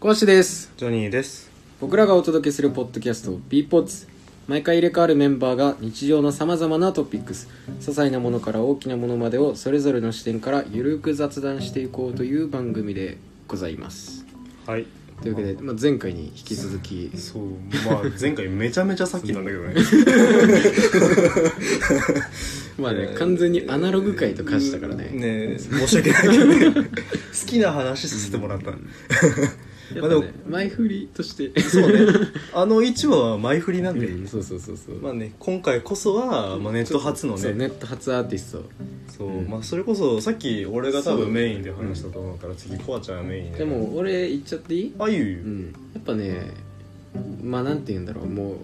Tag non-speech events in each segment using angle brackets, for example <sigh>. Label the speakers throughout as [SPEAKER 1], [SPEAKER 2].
[SPEAKER 1] 講師です
[SPEAKER 2] ジョニーです。
[SPEAKER 1] 僕らがお届けするポッドキャスト b ポッツ毎回入れ替わるメンバーが日常のさまざまなトピックス些細なものから大きなものまでをそれぞれの視点からゆるく雑談していこうという番組でございます
[SPEAKER 2] はい。
[SPEAKER 1] というわけで、まあ、前回に引き続き
[SPEAKER 2] そう、まあ前回めちゃめちゃさっきなんだけどね。
[SPEAKER 1] <laughs> まあね完全にアナログ界と化したからね
[SPEAKER 2] ねえ申し訳ないけど、ね、好きな話させてもらった。
[SPEAKER 1] や
[SPEAKER 2] ま
[SPEAKER 1] っぱ
[SPEAKER 2] あでも
[SPEAKER 1] ね前振りとして
[SPEAKER 2] そうね。あの一話は前振りなんで。
[SPEAKER 1] うん <laughs> そうそうそうそう
[SPEAKER 2] まあね、今回こそは、まあ、ネット初の
[SPEAKER 1] そう
[SPEAKER 2] ね
[SPEAKER 1] ネット初アーティスト
[SPEAKER 2] そう、まあ、それこそさっき俺が多分メインで話したと思うから次コアちゃんがメインで
[SPEAKER 1] でも俺言っちゃっていい
[SPEAKER 2] あゆゆ、
[SPEAKER 1] うん、やっぱねまあなんて言うんだろうもう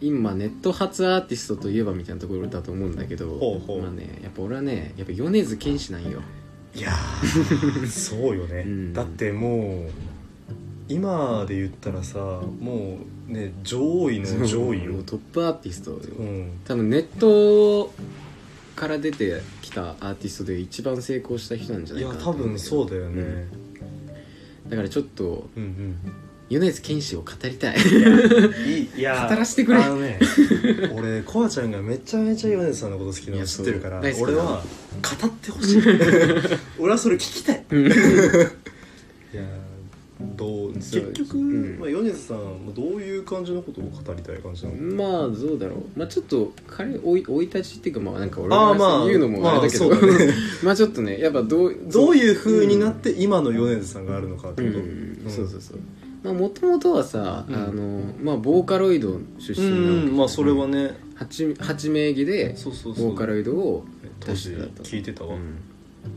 [SPEAKER 1] 今ネット発アーティストといえばみたいなところだと思うんだけど
[SPEAKER 2] ほうほう
[SPEAKER 1] まあね、やっぱ俺はねやっぱ米津玄師なんよ
[SPEAKER 2] いやーそうよね、
[SPEAKER 1] <laughs> うん
[SPEAKER 2] だってもう今で言ったらさもうね上位の上位
[SPEAKER 1] も
[SPEAKER 2] を
[SPEAKER 1] うトップアーティスト
[SPEAKER 2] うん
[SPEAKER 1] 多分ネットから出てきたアーティストで一番成功した人なんじゃ
[SPEAKER 2] い
[SPEAKER 1] ない
[SPEAKER 2] や
[SPEAKER 1] かなと
[SPEAKER 2] 多
[SPEAKER 1] 思うん
[SPEAKER 2] 分
[SPEAKER 1] だけ
[SPEAKER 2] そ
[SPEAKER 1] ど
[SPEAKER 2] うだよね、
[SPEAKER 1] だからちょっと
[SPEAKER 2] うん
[SPEAKER 1] 米津玄師を語り
[SPEAKER 2] <laughs>
[SPEAKER 1] たい
[SPEAKER 2] うん
[SPEAKER 1] <laughs>
[SPEAKER 2] いいいや
[SPEAKER 1] 語らせてくれ
[SPEAKER 2] あの
[SPEAKER 1] <laughs>
[SPEAKER 2] ね俺コアちゃんがめちゃめちゃ米津さんのこと好きないの
[SPEAKER 1] や
[SPEAKER 2] 知ってるから
[SPEAKER 1] そう大好き
[SPEAKER 2] 俺
[SPEAKER 1] なの
[SPEAKER 2] は語ってほしい <laughs> 俺はそれ聞き <laughs> たいいやどう
[SPEAKER 1] そう
[SPEAKER 2] 結局、
[SPEAKER 1] うん
[SPEAKER 2] まあ、米津さんはどういう感じのことを語りたい感じなの、
[SPEAKER 1] まあどうだろうまあちょっと彼生い生い立ちっていうかまあなんか俺
[SPEAKER 2] ああま
[SPEAKER 1] が
[SPEAKER 2] あ
[SPEAKER 1] 言うのもあれだけど、
[SPEAKER 2] まあそうだね
[SPEAKER 1] <laughs> まあちょっとねやっぱどう
[SPEAKER 2] どういう風になって今の米津さんがあるのかって
[SPEAKER 1] う
[SPEAKER 2] こと、
[SPEAKER 1] ん
[SPEAKER 2] ん
[SPEAKER 1] そうそうそうまあもともとはさ、
[SPEAKER 2] うん
[SPEAKER 1] あのまあボーカロイド出
[SPEAKER 2] う
[SPEAKER 1] 身なわけ
[SPEAKER 2] んまあそれはね、
[SPEAKER 1] 八八名義で
[SPEAKER 2] そうそうそう
[SPEAKER 1] ボーカロイドを
[SPEAKER 2] 当
[SPEAKER 1] 出し
[SPEAKER 2] 時
[SPEAKER 1] てたと
[SPEAKER 2] 聞いてたわ、
[SPEAKER 1] うん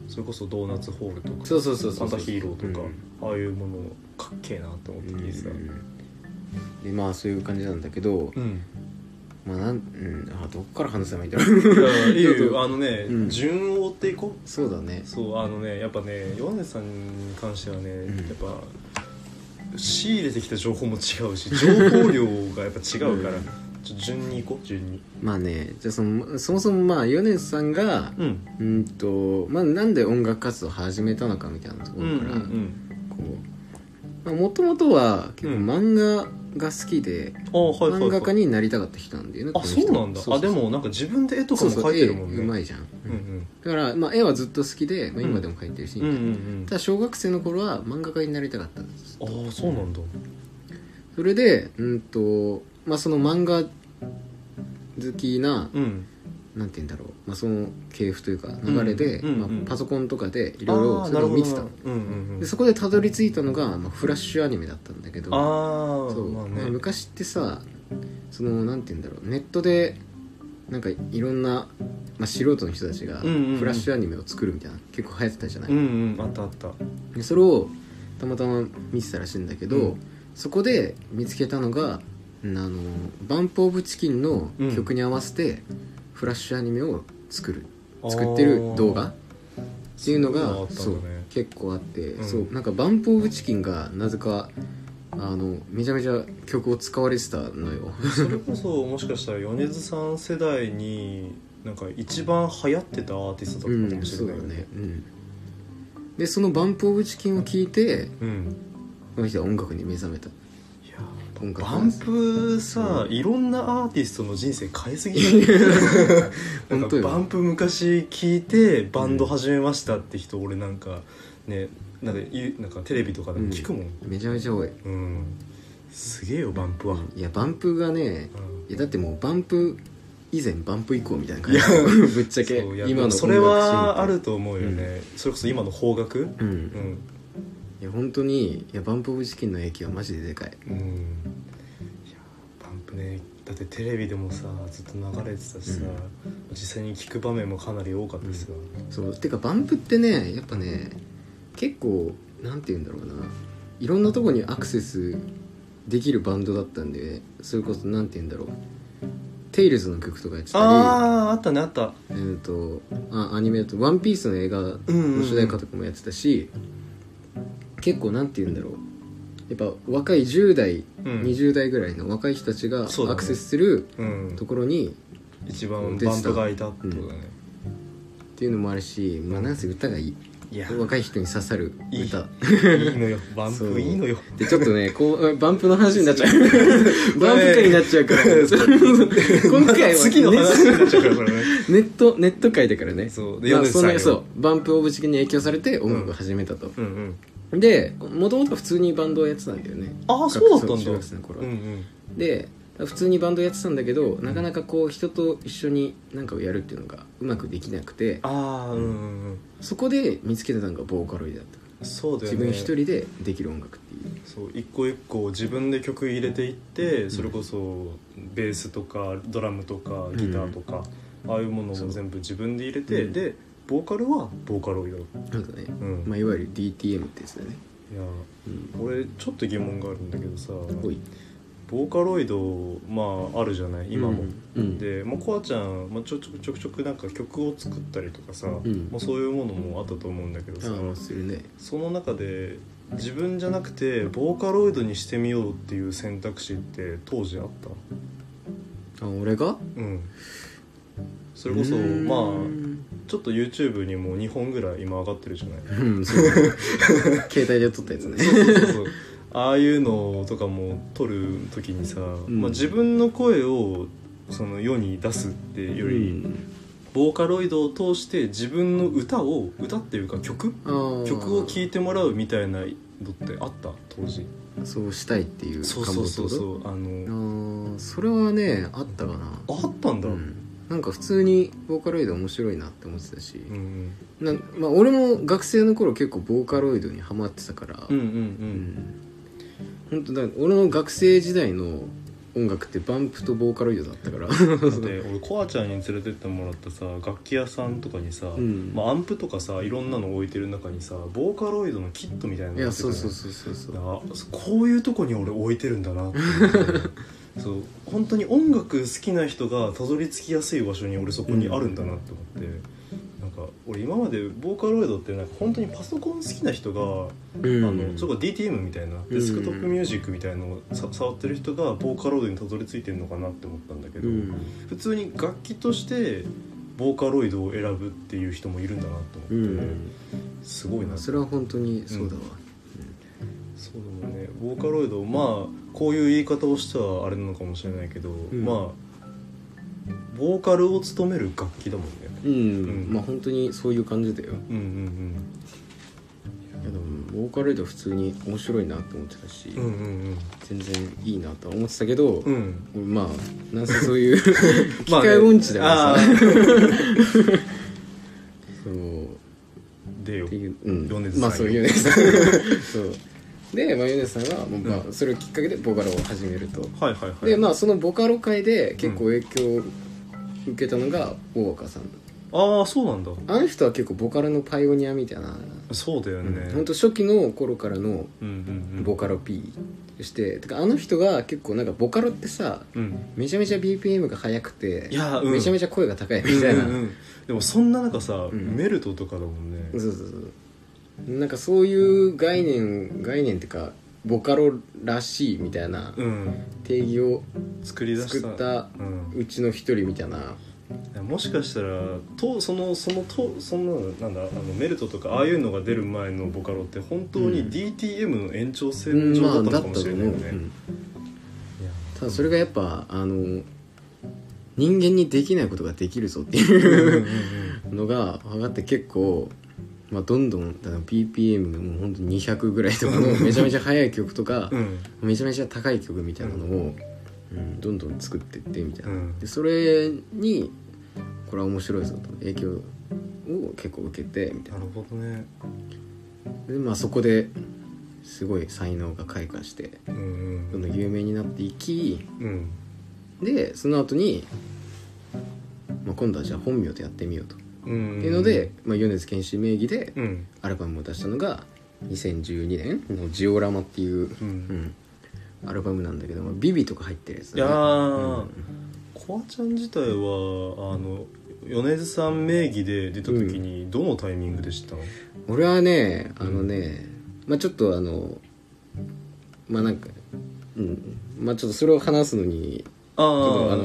[SPEAKER 2] それこそドーナツホールとか
[SPEAKER 1] そうそうそうそう
[SPEAKER 2] サンタヒーローとか、
[SPEAKER 1] うん
[SPEAKER 2] ああいうものかっけえなと思って聞いてた
[SPEAKER 1] うんでまあそういう感じなんだけど、
[SPEAKER 2] うん、
[SPEAKER 1] まあなん、うん、あどっから話せばいいんだろう <laughs>
[SPEAKER 2] いやいい
[SPEAKER 1] ちょっと
[SPEAKER 2] よあのね、
[SPEAKER 1] うん
[SPEAKER 2] 順を追っていこう
[SPEAKER 1] そうだね
[SPEAKER 2] そうあのねやっぱね米津さんに関してはね、
[SPEAKER 1] ん
[SPEAKER 2] やっぱ仕入れてきた情報も違うし情報量がやっぱ違うから、ちょ順にいこう順に
[SPEAKER 1] まあねじゃあそのそもそもまあ米津さんが
[SPEAKER 2] うん
[SPEAKER 1] うんとまあなんで音楽活動を始めたのかみたいなとこ
[SPEAKER 2] うんう
[SPEAKER 1] ろ
[SPEAKER 2] ん
[SPEAKER 1] から、
[SPEAKER 2] うん
[SPEAKER 1] こうもともとは結構
[SPEAKER 2] うん
[SPEAKER 1] 漫画が好きで、
[SPEAKER 2] あはいはい、はい、
[SPEAKER 1] 漫画家になりたかった人なんだよね
[SPEAKER 2] あそうなんだあでもなんか自分で絵とかも描いてるもんね
[SPEAKER 1] うまいじゃん、
[SPEAKER 2] うんうん
[SPEAKER 1] だから、まあ、絵はずっと好きで、まあ、
[SPEAKER 2] うん
[SPEAKER 1] 今でも描いてるし、
[SPEAKER 2] うんうん
[SPEAKER 1] ただ小学生の頃は漫画家になりたかったんです
[SPEAKER 2] うんああそうなんだ
[SPEAKER 1] それでうんと、まあ、その漫画好きな
[SPEAKER 2] うん
[SPEAKER 1] なんて言うんだろう、まあ、その系譜というか流れで、
[SPEAKER 2] うんうんうん
[SPEAKER 1] まあ、パソコンとかでいろいろ
[SPEAKER 2] あー
[SPEAKER 1] それを見てた
[SPEAKER 2] な
[SPEAKER 1] の
[SPEAKER 2] るほどなうんうんうん
[SPEAKER 1] でそこでたどり着いたのが、まあ、フラッシュアニメだったんだけど
[SPEAKER 2] ああ
[SPEAKER 1] そう、
[SPEAKER 2] まあ
[SPEAKER 1] まあ
[SPEAKER 2] ね
[SPEAKER 1] 昔ってさそのなんて言うんだろうネットでなんかいろんな、まあ、素人の人たちが
[SPEAKER 2] うんうんうん
[SPEAKER 1] フラッシュアニメを作るみたいな、結構流行ってたじゃない、
[SPEAKER 2] うんうんあったあった
[SPEAKER 1] でそれをたまたま見てたらしいんだけど、
[SPEAKER 2] うん
[SPEAKER 1] そこで見つけたのがうんあのバンプ・オブ・チキンの曲に合わせてフラッシュアニメを作る、作ってる動画っていうのが
[SPEAKER 2] そ
[SPEAKER 1] そうう
[SPEAKER 2] いうのがあったんだね
[SPEAKER 1] 結構あって、
[SPEAKER 2] うん
[SPEAKER 1] そうなんかバンプ・オブ・チキンがなぜかあのめちゃめちゃ曲を使われてたのよ
[SPEAKER 2] それこそもしかしたら米津さん世代になんか一番流行ってたアーティスト
[SPEAKER 1] う
[SPEAKER 2] だったかも
[SPEAKER 1] ん
[SPEAKER 2] し
[SPEAKER 1] そ
[SPEAKER 2] れ
[SPEAKER 1] う
[SPEAKER 2] な
[SPEAKER 1] だよ
[SPEAKER 2] い
[SPEAKER 1] ねうんでそのバンプ・オブ・チキンを聴いて
[SPEAKER 2] うん
[SPEAKER 1] この人は音楽に目覚めた
[SPEAKER 2] いや
[SPEAKER 1] 音楽
[SPEAKER 2] バンプさいろんなアーティストの人生変えすぎじゃないな
[SPEAKER 1] 本
[SPEAKER 2] ん
[SPEAKER 1] 当
[SPEAKER 2] か
[SPEAKER 1] よ
[SPEAKER 2] バンプ昔聞いてバンド始めましたって人俺なんかねなんかゆなんかテレビとかでも聞くもん
[SPEAKER 1] めちゃめちゃ多い
[SPEAKER 2] うん、すげえよバンプは、
[SPEAKER 1] いやバンプがね
[SPEAKER 2] うん
[SPEAKER 1] いやだってもうバンプ以前バンプ以降みたいな感
[SPEAKER 2] い
[SPEAKER 1] じ
[SPEAKER 2] や
[SPEAKER 1] <laughs> ぶっちゃけ
[SPEAKER 2] そういや
[SPEAKER 1] 今の
[SPEAKER 2] それはあ
[SPEAKER 1] 音楽シーンって
[SPEAKER 2] ると思うよね、それこそ今の邦楽
[SPEAKER 1] う
[SPEAKER 2] うんん
[SPEAKER 1] いや本当にいやバンプ・オブ・チキンの影響はマジででかい
[SPEAKER 2] うんいやバンプねだってテレビでもさずっと流れてたしさ、実際に聞く場面もかなり多かったしさ、
[SPEAKER 1] そうてかバンプってねやっぱね結構なんて言うんだろうないろんなとこにアクセスできるバンドだったんでそれこそなんて言うんだろうテイルズの曲とかやってた
[SPEAKER 2] あああったねあった
[SPEAKER 1] りえーとあアニメだと「ワンピースの映画の主題歌とかもやってたし、結構なんて言うんだろうやっぱ若い10代、
[SPEAKER 2] うん
[SPEAKER 1] 20代ぐらいの若い人たちが
[SPEAKER 2] そうだ
[SPEAKER 1] ア
[SPEAKER 2] ね
[SPEAKER 1] クセスする
[SPEAKER 2] うん
[SPEAKER 1] ところに
[SPEAKER 2] 一番バンプがいたってことだね、
[SPEAKER 1] っていうのもあるし、まあ、なんせ歌がいい
[SPEAKER 2] いや
[SPEAKER 1] 若い人に刺さる
[SPEAKER 2] いいいい
[SPEAKER 1] 歌
[SPEAKER 2] の <laughs> よバン
[SPEAKER 1] そう
[SPEAKER 2] プいいのよ
[SPEAKER 1] でちょっとねこうバンプの話になっちゃ
[SPEAKER 2] <laughs>
[SPEAKER 1] うバンプ界になっちゃうから今回は
[SPEAKER 2] 次の話になっちゃうからこれね
[SPEAKER 1] ネットネット界だからね
[SPEAKER 2] そうで
[SPEAKER 1] まあ、
[SPEAKER 2] 米津
[SPEAKER 1] そ
[SPEAKER 2] さん
[SPEAKER 1] んな
[SPEAKER 2] よ
[SPEAKER 1] そうバンプオブチキンに影響されて音楽を始めたと、
[SPEAKER 2] <laughs> うんうん
[SPEAKER 1] でもともと普通にバンドをやってたんだよね
[SPEAKER 2] ああそうだったんだ
[SPEAKER 1] 中学生の頃は
[SPEAKER 2] うんうん
[SPEAKER 1] で普通にバンドやってたんだけどなかなかこう人と一緒に何かをやるっていうのがうまくできなくて
[SPEAKER 2] ああうんうんうん
[SPEAKER 1] そこで見つけたのがボーカロイドだった、
[SPEAKER 2] そうだよ
[SPEAKER 1] 自
[SPEAKER 2] ね
[SPEAKER 1] 分一人でできる音楽っていう
[SPEAKER 2] そう一個一個自分で曲入れていってそれこそベースとかドラムとかギターとか、ああいうもの
[SPEAKER 1] そ
[SPEAKER 2] を
[SPEAKER 1] う
[SPEAKER 2] 全部自分で入れて、
[SPEAKER 1] うん
[SPEAKER 2] でボーカルはボーカロイド、う
[SPEAKER 1] なんかね、
[SPEAKER 2] ん
[SPEAKER 1] まあ、いわゆる DTM ってやつだね、
[SPEAKER 2] いや
[SPEAKER 1] うん、
[SPEAKER 2] 俺ちょっと疑問があるんだけどさ
[SPEAKER 1] 多い
[SPEAKER 2] ボーカロイドまああるじゃない今も。
[SPEAKER 1] うん、うん、
[SPEAKER 2] でもうコアちゃん、まあ、ちょちょちょくちょくなんか曲を作ったりとかさ、
[SPEAKER 1] ん
[SPEAKER 2] もうそういうものもあったと思うんだけど
[SPEAKER 1] あ
[SPEAKER 2] さ、
[SPEAKER 1] あするね
[SPEAKER 2] その中で自分じゃなくてボーカロイドにしてみようっていう選択肢って当時あった
[SPEAKER 1] あ俺が
[SPEAKER 2] うんそれこそう
[SPEAKER 1] ーん
[SPEAKER 2] まあちょっと YouTube にも2本ぐらい今上がってるじゃない
[SPEAKER 1] うんそうだね
[SPEAKER 2] <laughs>
[SPEAKER 1] 携帯で撮ったやつね
[SPEAKER 2] そうそうそう <laughs> ああいうのとかも撮る時にさ、
[SPEAKER 1] ん
[SPEAKER 2] まあ、自分の声をその世に出すっていうより、ボーカロイドを通して自分の歌を歌っていうか曲曲
[SPEAKER 1] 曲
[SPEAKER 2] を聴いてもらうみたいなのってあった当時
[SPEAKER 1] そうしたいっていう
[SPEAKER 2] そうそうそう
[SPEAKER 1] 願望ってこと
[SPEAKER 2] そうあ
[SPEAKER 1] あ
[SPEAKER 2] の
[SPEAKER 1] ーそれはねあったかな
[SPEAKER 2] あったんだ、
[SPEAKER 1] うんなんか普通にボーカロイド面白いなって思ってたし、
[SPEAKER 2] うん
[SPEAKER 1] なまあ、俺も学生の頃結構ボーカロイドにハマってたから、
[SPEAKER 2] うんうんう
[SPEAKER 1] うんん本当だ俺の学生時代の音楽ってバンプとボーカロイドだったから
[SPEAKER 2] だって俺コアちゃんに連れてってもらったさ楽器屋さんとかにさ、
[SPEAKER 1] ん
[SPEAKER 2] まあ、アンプとかさいろんなの置いてる中にさボーカロイドのキットみたいな
[SPEAKER 1] <laughs>
[SPEAKER 2] の
[SPEAKER 1] い
[SPEAKER 2] が
[SPEAKER 1] や
[SPEAKER 2] 売って
[SPEAKER 1] そ
[SPEAKER 2] たの
[SPEAKER 1] うそう
[SPEAKER 2] よ
[SPEAKER 1] そうそうそう
[SPEAKER 2] あこういうとこに俺置いてるんだなって思って
[SPEAKER 1] <laughs>
[SPEAKER 2] そう本当に音楽好きな人がたどり着きやすい場所に俺そこにあるんだなって思って、なんか俺今までボーカロイドってなんか本当にパソコン好きな人が、
[SPEAKER 1] うん
[SPEAKER 2] あのそれこそ DTM みたいなデスクトップミュージックみたいのをさ触ってる人がボーカロイドにたどり着いてるのかなって思ったんだけど、
[SPEAKER 1] うん
[SPEAKER 2] 普通に楽器としてボーカロイドを選ぶっていう人もいるんだなって思って、
[SPEAKER 1] うん
[SPEAKER 2] すごいなって
[SPEAKER 1] それは本当にそうだわ、
[SPEAKER 2] そうだもんねボーカロイドまあこういう言い方をしてはあれなのかもしれないけど、
[SPEAKER 1] ん
[SPEAKER 2] まあボーカルを務める楽器だもんね
[SPEAKER 1] うん
[SPEAKER 2] うん
[SPEAKER 1] まあ本当にそういう感じだよい
[SPEAKER 2] うん
[SPEAKER 1] やでもボーカロイド普通に面白いなと思ってたし、
[SPEAKER 2] うんうんうんうん
[SPEAKER 1] 全然いいなとは思ってたけど、
[SPEAKER 2] うんうん
[SPEAKER 1] 俺まあなんせそういう <laughs> 機械音痴だからさ、
[SPEAKER 2] あー
[SPEAKER 1] そう
[SPEAKER 2] でよ
[SPEAKER 1] っていう、うん、
[SPEAKER 2] 米津さんよ
[SPEAKER 1] まあそう米津
[SPEAKER 2] <laughs>
[SPEAKER 1] さんそうで、まあ、米津さんは、まあ
[SPEAKER 2] う
[SPEAKER 1] それをきっかけでボカロを始めると、
[SPEAKER 2] はいはいはい
[SPEAKER 1] でまあそのボカロ界で結構影響を受けたのが大岡さん
[SPEAKER 2] ああそうなんだ
[SPEAKER 1] あの人は結構ボカロのパイオニアみたいな、
[SPEAKER 2] そうだよね、うん、
[SPEAKER 1] 本当初期の頃からの
[SPEAKER 2] うんうんうん
[SPEAKER 1] ボカロ P として、てかあの人が結構なんかボカロってさ
[SPEAKER 2] うん
[SPEAKER 1] めちゃめちゃ BPM が速くて
[SPEAKER 2] いやーうん
[SPEAKER 1] めちゃめちゃ声が高いみたいな、
[SPEAKER 2] うんうんうんでもそんな中さ、
[SPEAKER 1] ん
[SPEAKER 2] メルトとかだもんね
[SPEAKER 1] そうそうそうなんかそういう概念概念ってかボカロらしいみたいな
[SPEAKER 2] うん
[SPEAKER 1] 定義を
[SPEAKER 2] 作り出した
[SPEAKER 1] 作った
[SPEAKER 2] うん
[SPEAKER 1] うちの一人みたいな
[SPEAKER 2] もしかしたらとそのそのとそのなんだあのメルトとかああいうのが出る前のボカロって本当
[SPEAKER 1] うん
[SPEAKER 2] に DTM の延長
[SPEAKER 1] うん
[SPEAKER 2] 線
[SPEAKER 1] まあ
[SPEAKER 2] 上だった
[SPEAKER 1] だった
[SPEAKER 2] のかも
[SPEAKER 1] と
[SPEAKER 2] し
[SPEAKER 1] 思
[SPEAKER 2] れ
[SPEAKER 1] う、
[SPEAKER 2] ないよね、
[SPEAKER 1] うん
[SPEAKER 2] いや
[SPEAKER 1] ただそれがやっぱあの人間にできないことができるぞって
[SPEAKER 2] うんうん
[SPEAKER 1] いううんのが分かって結構、まあ、どんどんだから BPM がもうほんと200ぐらいと
[SPEAKER 2] <laughs>
[SPEAKER 1] かのめちゃめちゃ速い曲とか
[SPEAKER 2] う、ん
[SPEAKER 1] めちゃめちゃ高い曲みたいなのを、うん、どんどん作ってってみたいな、
[SPEAKER 2] うん
[SPEAKER 1] でそれにこれは面白いぞと影響を結構受けてみたい
[SPEAKER 2] なるほどね
[SPEAKER 1] なで、まあ、そこですごい才能が開花して
[SPEAKER 2] うんう
[SPEAKER 1] どん
[SPEAKER 2] ん
[SPEAKER 1] どん有名になっていき
[SPEAKER 2] うん
[SPEAKER 1] でその後に、まあ、今度はじゃあ本名でやってみようと、
[SPEAKER 2] うん
[SPEAKER 1] っていうので、まあ、米津玄師名義で
[SPEAKER 2] うん
[SPEAKER 1] アルバムを出したのが2012年の「ジオラマ」っていう、
[SPEAKER 2] うん、
[SPEAKER 1] うん、アルバムなんだけど、まあ、ビビとか入ってるやつ
[SPEAKER 2] いや
[SPEAKER 1] ね
[SPEAKER 2] ー、コアちゃん自体はあの米津さん名義で出た時にどのタイミングでしたの、
[SPEAKER 1] 俺はねあのね、まあちょっとあのまあなんかうんまあちょっとそれを話すのに
[SPEAKER 2] あ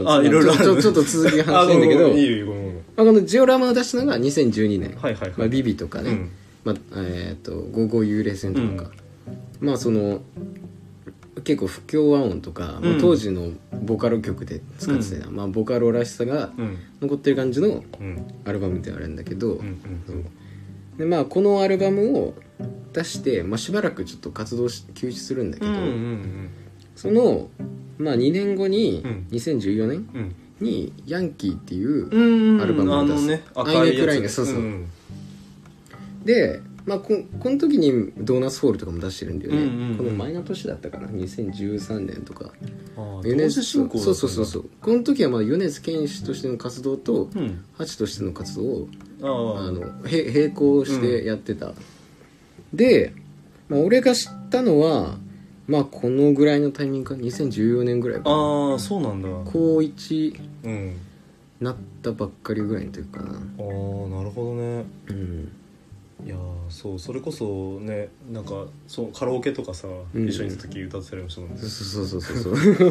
[SPEAKER 2] あ
[SPEAKER 1] ちょっとの
[SPEAKER 2] あいろいろあ
[SPEAKER 1] ちょちょっと続き話したいんだけ
[SPEAKER 2] あ
[SPEAKER 1] ど
[SPEAKER 2] ごめごめいいよごめんごめん
[SPEAKER 1] まあ、このジオラマを出したのが2012年、
[SPEAKER 2] はいはいはい
[SPEAKER 1] まあ、ビビとかね、
[SPEAKER 2] うん
[SPEAKER 1] まあえっ、と「午後幽霊船」とか、まあその結構不協和音とか、まあ
[SPEAKER 2] うん
[SPEAKER 1] 当時のボカロ曲で使ってたような、まあ、ボカロらしさが
[SPEAKER 2] うん
[SPEAKER 1] 残ってる感じの
[SPEAKER 2] うん
[SPEAKER 1] アルバムではあるんだけど、
[SPEAKER 2] うんう
[SPEAKER 1] そ
[SPEAKER 2] ん
[SPEAKER 1] うでまあこのアルバムを出して、まあ、しばらくちょっと活動し休止するんだけ
[SPEAKER 2] う
[SPEAKER 1] ど、
[SPEAKER 2] んうん
[SPEAKER 1] その、まあ、2年後に、
[SPEAKER 2] うん
[SPEAKER 1] 2014年
[SPEAKER 2] うん
[SPEAKER 1] に「ヤンキー」っていう、
[SPEAKER 2] うん
[SPEAKER 1] アルバムを出す
[SPEAKER 2] あのね赤い
[SPEAKER 1] アイネクラ
[SPEAKER 2] や
[SPEAKER 1] イン
[SPEAKER 2] つ
[SPEAKER 1] がそうそうんで、まあ、ここの時にドーナツホールとかも出してるんだよね、
[SPEAKER 2] うんうんうん
[SPEAKER 1] この前の年だったかな2013年とか
[SPEAKER 2] ああ
[SPEAKER 1] 米
[SPEAKER 2] 同
[SPEAKER 1] 津
[SPEAKER 2] 時進行だったんだ
[SPEAKER 1] そうそうそうそうこの時はまあ米津玄師としての活動と
[SPEAKER 2] うん
[SPEAKER 1] ハチとしての活動を
[SPEAKER 2] ああ
[SPEAKER 1] あのへ並行してやってた、で、まあ、俺が知ったのはまあこのぐらいのタイミングか2014年ぐらいかな
[SPEAKER 2] ああそうなんだう
[SPEAKER 1] 高1
[SPEAKER 2] ん
[SPEAKER 1] なったばっかりぐらいの時かな
[SPEAKER 2] ああなるほどね
[SPEAKER 1] うん
[SPEAKER 2] いやーそうそれこそねなんかそうカラオケとかさ、
[SPEAKER 1] うん
[SPEAKER 2] 一緒にいた時歌ってたりもしたもんね
[SPEAKER 1] そうそうそう
[SPEAKER 2] <laughs>
[SPEAKER 1] そうそう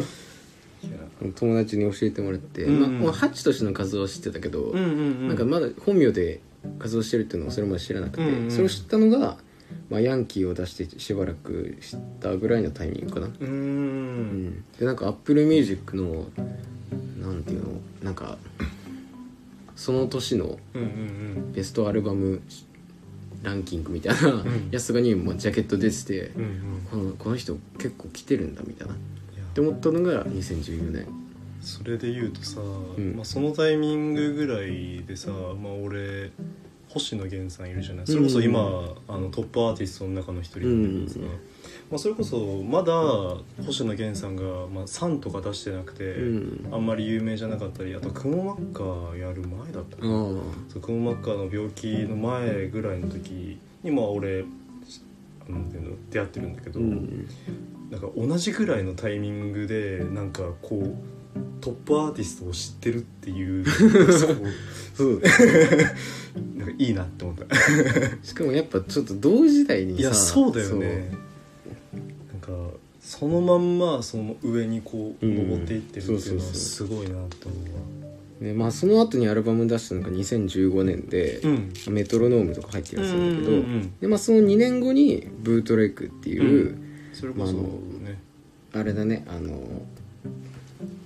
[SPEAKER 2] いや
[SPEAKER 1] 友達に教えてもらって、
[SPEAKER 2] うんうん
[SPEAKER 1] まあ、俺ハチとしての活動は知ってたけど、
[SPEAKER 2] うんうんうん
[SPEAKER 1] なんかまだ本名で活動してるっていうのはそれまで知らなくて、
[SPEAKER 2] うんうん
[SPEAKER 1] それを知ったのが、まあ、ヤンキーを出してしばらく知ったぐらいのタイミングかな、
[SPEAKER 2] うー
[SPEAKER 1] うんん、でなんかアップルミュージックのなんていうのなんかその年の
[SPEAKER 2] うんうん
[SPEAKER 1] ベストアルバムランキングみたいなんやつとかにもジャケット出てて、
[SPEAKER 2] うんうんうん
[SPEAKER 1] このこの人結構来てるんだみたいなっ
[SPEAKER 2] いや
[SPEAKER 1] て思ったのが2014年
[SPEAKER 2] それで言うとさ、
[SPEAKER 1] ん
[SPEAKER 2] まあ、そのタイミングぐらいでさ、まあ、俺星野源さんいるじゃないそれこそ今、あのトップアーティストの中の一人なんだけどさ、
[SPEAKER 1] うん
[SPEAKER 2] まあ、それこそまだ星野源さんが、まあ、3とか出してなくて、
[SPEAKER 1] うん
[SPEAKER 2] あんまり有名じゃなかったりあとクモマッカーやる前だったか
[SPEAKER 1] あ
[SPEAKER 2] な
[SPEAKER 1] あ
[SPEAKER 2] そうクモマッカーの病気の前ぐらいの時にまあ俺なんていうの出会ってるんだけど、
[SPEAKER 1] うん
[SPEAKER 2] なんか同じぐらいのタイミングでなんかこうトップアーティストを知ってるっていうそう
[SPEAKER 1] そう
[SPEAKER 2] なんかい <laughs> いなって思った
[SPEAKER 1] しかもやっぱちょっと同時代にさ
[SPEAKER 2] いやそうだよねなんかそのまんまその上にこう
[SPEAKER 1] うん
[SPEAKER 2] 登っていってるっていうの
[SPEAKER 1] そうそうそう
[SPEAKER 2] はすごいなって思うわ
[SPEAKER 1] そうでまあその後にアルバム出したのが2015年で、
[SPEAKER 2] ん
[SPEAKER 1] メトロノームとか入ってるやつなんだけど、
[SPEAKER 2] うんうんうん
[SPEAKER 1] でまあその2年後にブートレイクっていう、
[SPEAKER 2] それこそ
[SPEAKER 1] まあ
[SPEAKER 2] ね
[SPEAKER 1] あれだねあの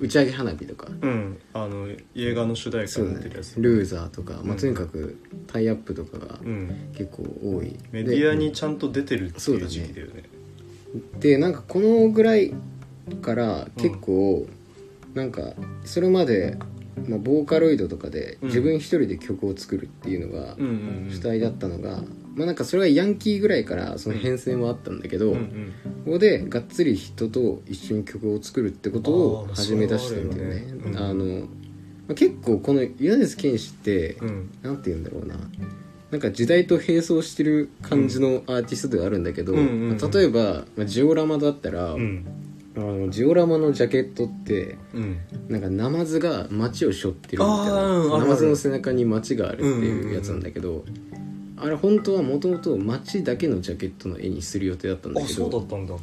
[SPEAKER 1] 打ち上げ花火とか
[SPEAKER 2] うんあの映画の主題歌
[SPEAKER 1] そう
[SPEAKER 2] に
[SPEAKER 1] だ
[SPEAKER 2] なって
[SPEAKER 1] ね
[SPEAKER 2] るやつ
[SPEAKER 1] ルーザーとか、ま
[SPEAKER 2] う
[SPEAKER 1] あ、
[SPEAKER 2] ん
[SPEAKER 1] とにかくタイアップとかが
[SPEAKER 2] うん
[SPEAKER 1] 結構多い、
[SPEAKER 2] メディア
[SPEAKER 1] で
[SPEAKER 2] にちゃんと出てるって
[SPEAKER 1] そう
[SPEAKER 2] い
[SPEAKER 1] だ
[SPEAKER 2] う
[SPEAKER 1] ね
[SPEAKER 2] 時期だよね
[SPEAKER 1] でなんかこのぐらいから結構、なんかそれまで、まあ、ボーカロイドとかで
[SPEAKER 2] うん
[SPEAKER 1] 自分一人で曲を作るっていうのが
[SPEAKER 2] うんうんうん
[SPEAKER 1] 主体だったのが、まあなんかそれはヤンキーぐらいからその変遷はあったんだけど、
[SPEAKER 2] うんうん
[SPEAKER 1] ここでがっつり人と一緒に曲を作るってことを
[SPEAKER 2] あー
[SPEAKER 1] 始め出したんだよね。
[SPEAKER 2] それは
[SPEAKER 1] あ
[SPEAKER 2] あるよ
[SPEAKER 1] のまあ結構この米津玄師って、
[SPEAKER 2] うん
[SPEAKER 1] なんて言うんだろうななんか時代と並走してる感じのアーティストではあるんだけど、
[SPEAKER 2] うんうんうん
[SPEAKER 1] まあ例えば、まあジオラマだったら、
[SPEAKER 2] うん
[SPEAKER 1] あのジオラマのジャケットって
[SPEAKER 2] うん
[SPEAKER 1] なんかナマズが街を背負ってるみたい
[SPEAKER 2] あーうんある
[SPEAKER 1] な
[SPEAKER 2] ある
[SPEAKER 1] ナマズの背中に街があるっていうやつなんだけど、あれ本当はもともと街だけのジャケットの絵にする予定だったんだ
[SPEAKER 2] あ
[SPEAKER 1] け
[SPEAKER 2] そうだ
[SPEAKER 1] ど
[SPEAKER 2] ったんだ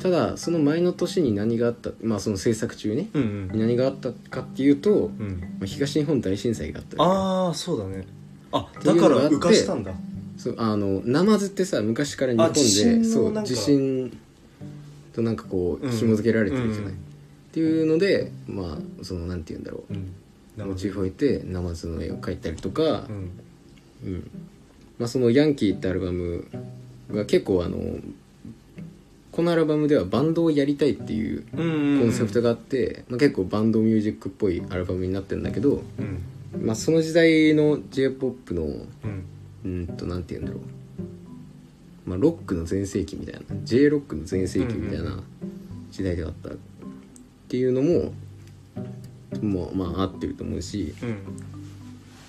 [SPEAKER 1] ただその前の年に何があったまあその制作中ね
[SPEAKER 2] うんうん
[SPEAKER 1] 何があったかっていうと、
[SPEAKER 2] うん
[SPEAKER 1] まあ、東日本大震災があったり
[SPEAKER 2] ああそうだねあ
[SPEAKER 1] てい
[SPEAKER 2] だ
[SPEAKER 1] うの
[SPEAKER 2] か
[SPEAKER 1] があっ
[SPEAKER 2] ら
[SPEAKER 1] て
[SPEAKER 2] 浮かしたんだ
[SPEAKER 1] そうあのナマズってさ昔から日本
[SPEAKER 2] あ
[SPEAKER 1] で
[SPEAKER 2] 地震の
[SPEAKER 1] そう
[SPEAKER 2] なんか
[SPEAKER 1] 地震となんかこう
[SPEAKER 2] うん
[SPEAKER 1] 紐付けられてるじゃない、
[SPEAKER 2] うん
[SPEAKER 1] っていうのでまあそのなんて言うんだろう
[SPEAKER 2] うん
[SPEAKER 1] モチーフを置いてナマズの絵を描いたりとか
[SPEAKER 2] う、ん
[SPEAKER 1] うんまあ、その「ヤンキー」ってアルバムが結構あのこのアルバムではバンドをやりたいっていう
[SPEAKER 2] コ
[SPEAKER 1] コンセプトがあって、まあ、結構バンドミュージックっぽいアルバムになってるんだけど、
[SPEAKER 2] うん
[SPEAKER 1] まあ、その時代の j p o p のう
[SPEAKER 2] うん
[SPEAKER 1] ーんとなんて言うんだろう、まあ、ロックの全盛期みたいな J ロックの全盛期みたいな時代であったっていうのも、まあ、まあ合ってると思うし
[SPEAKER 2] うん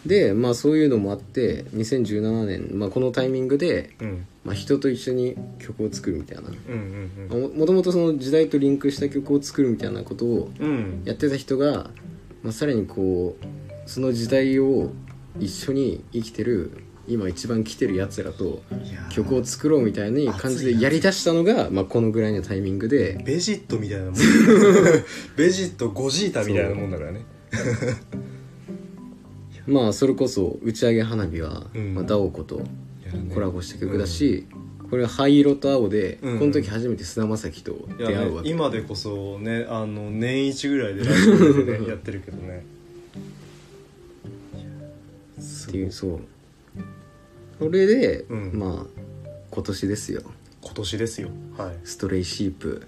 [SPEAKER 1] で、まあ、そういうのもあって2017年、まあ、このタイミングで、
[SPEAKER 2] うん
[SPEAKER 1] まあ、人と一緒に曲を作るみたいな。
[SPEAKER 2] うんうん
[SPEAKER 1] ももともとその時代とリンクした曲を作るみたいなことを
[SPEAKER 2] うんうん
[SPEAKER 1] やってた人が、まあ、さらにこうその時代を一緒に生きてる今一番来てるやつらと
[SPEAKER 2] いやー
[SPEAKER 1] 曲を作ろうみたいな感じ
[SPEAKER 2] 熱い
[SPEAKER 1] で
[SPEAKER 2] な
[SPEAKER 1] やりだしたのが、まあ、このぐらいのタイミングで
[SPEAKER 2] ベジットみたいなもんベジットゴジータみたいなもんだからね
[SPEAKER 1] まあそれこそ打ち上げ花火は、
[SPEAKER 2] うん
[SPEAKER 1] まあ、ダオコと
[SPEAKER 2] いややね
[SPEAKER 1] コラボした曲だし、これは灰色と青で、
[SPEAKER 2] うん
[SPEAKER 1] この時初めて菅田将暉と
[SPEAKER 2] い
[SPEAKER 1] 出
[SPEAKER 2] や
[SPEAKER 1] 会うわけ
[SPEAKER 2] 今でこそねあの年一ぐらいでラジオでねやってるけどね
[SPEAKER 1] っていうそうそれで、
[SPEAKER 2] うん
[SPEAKER 1] まあ今年ですよ
[SPEAKER 2] 今年ですよはい
[SPEAKER 1] ストレイシープ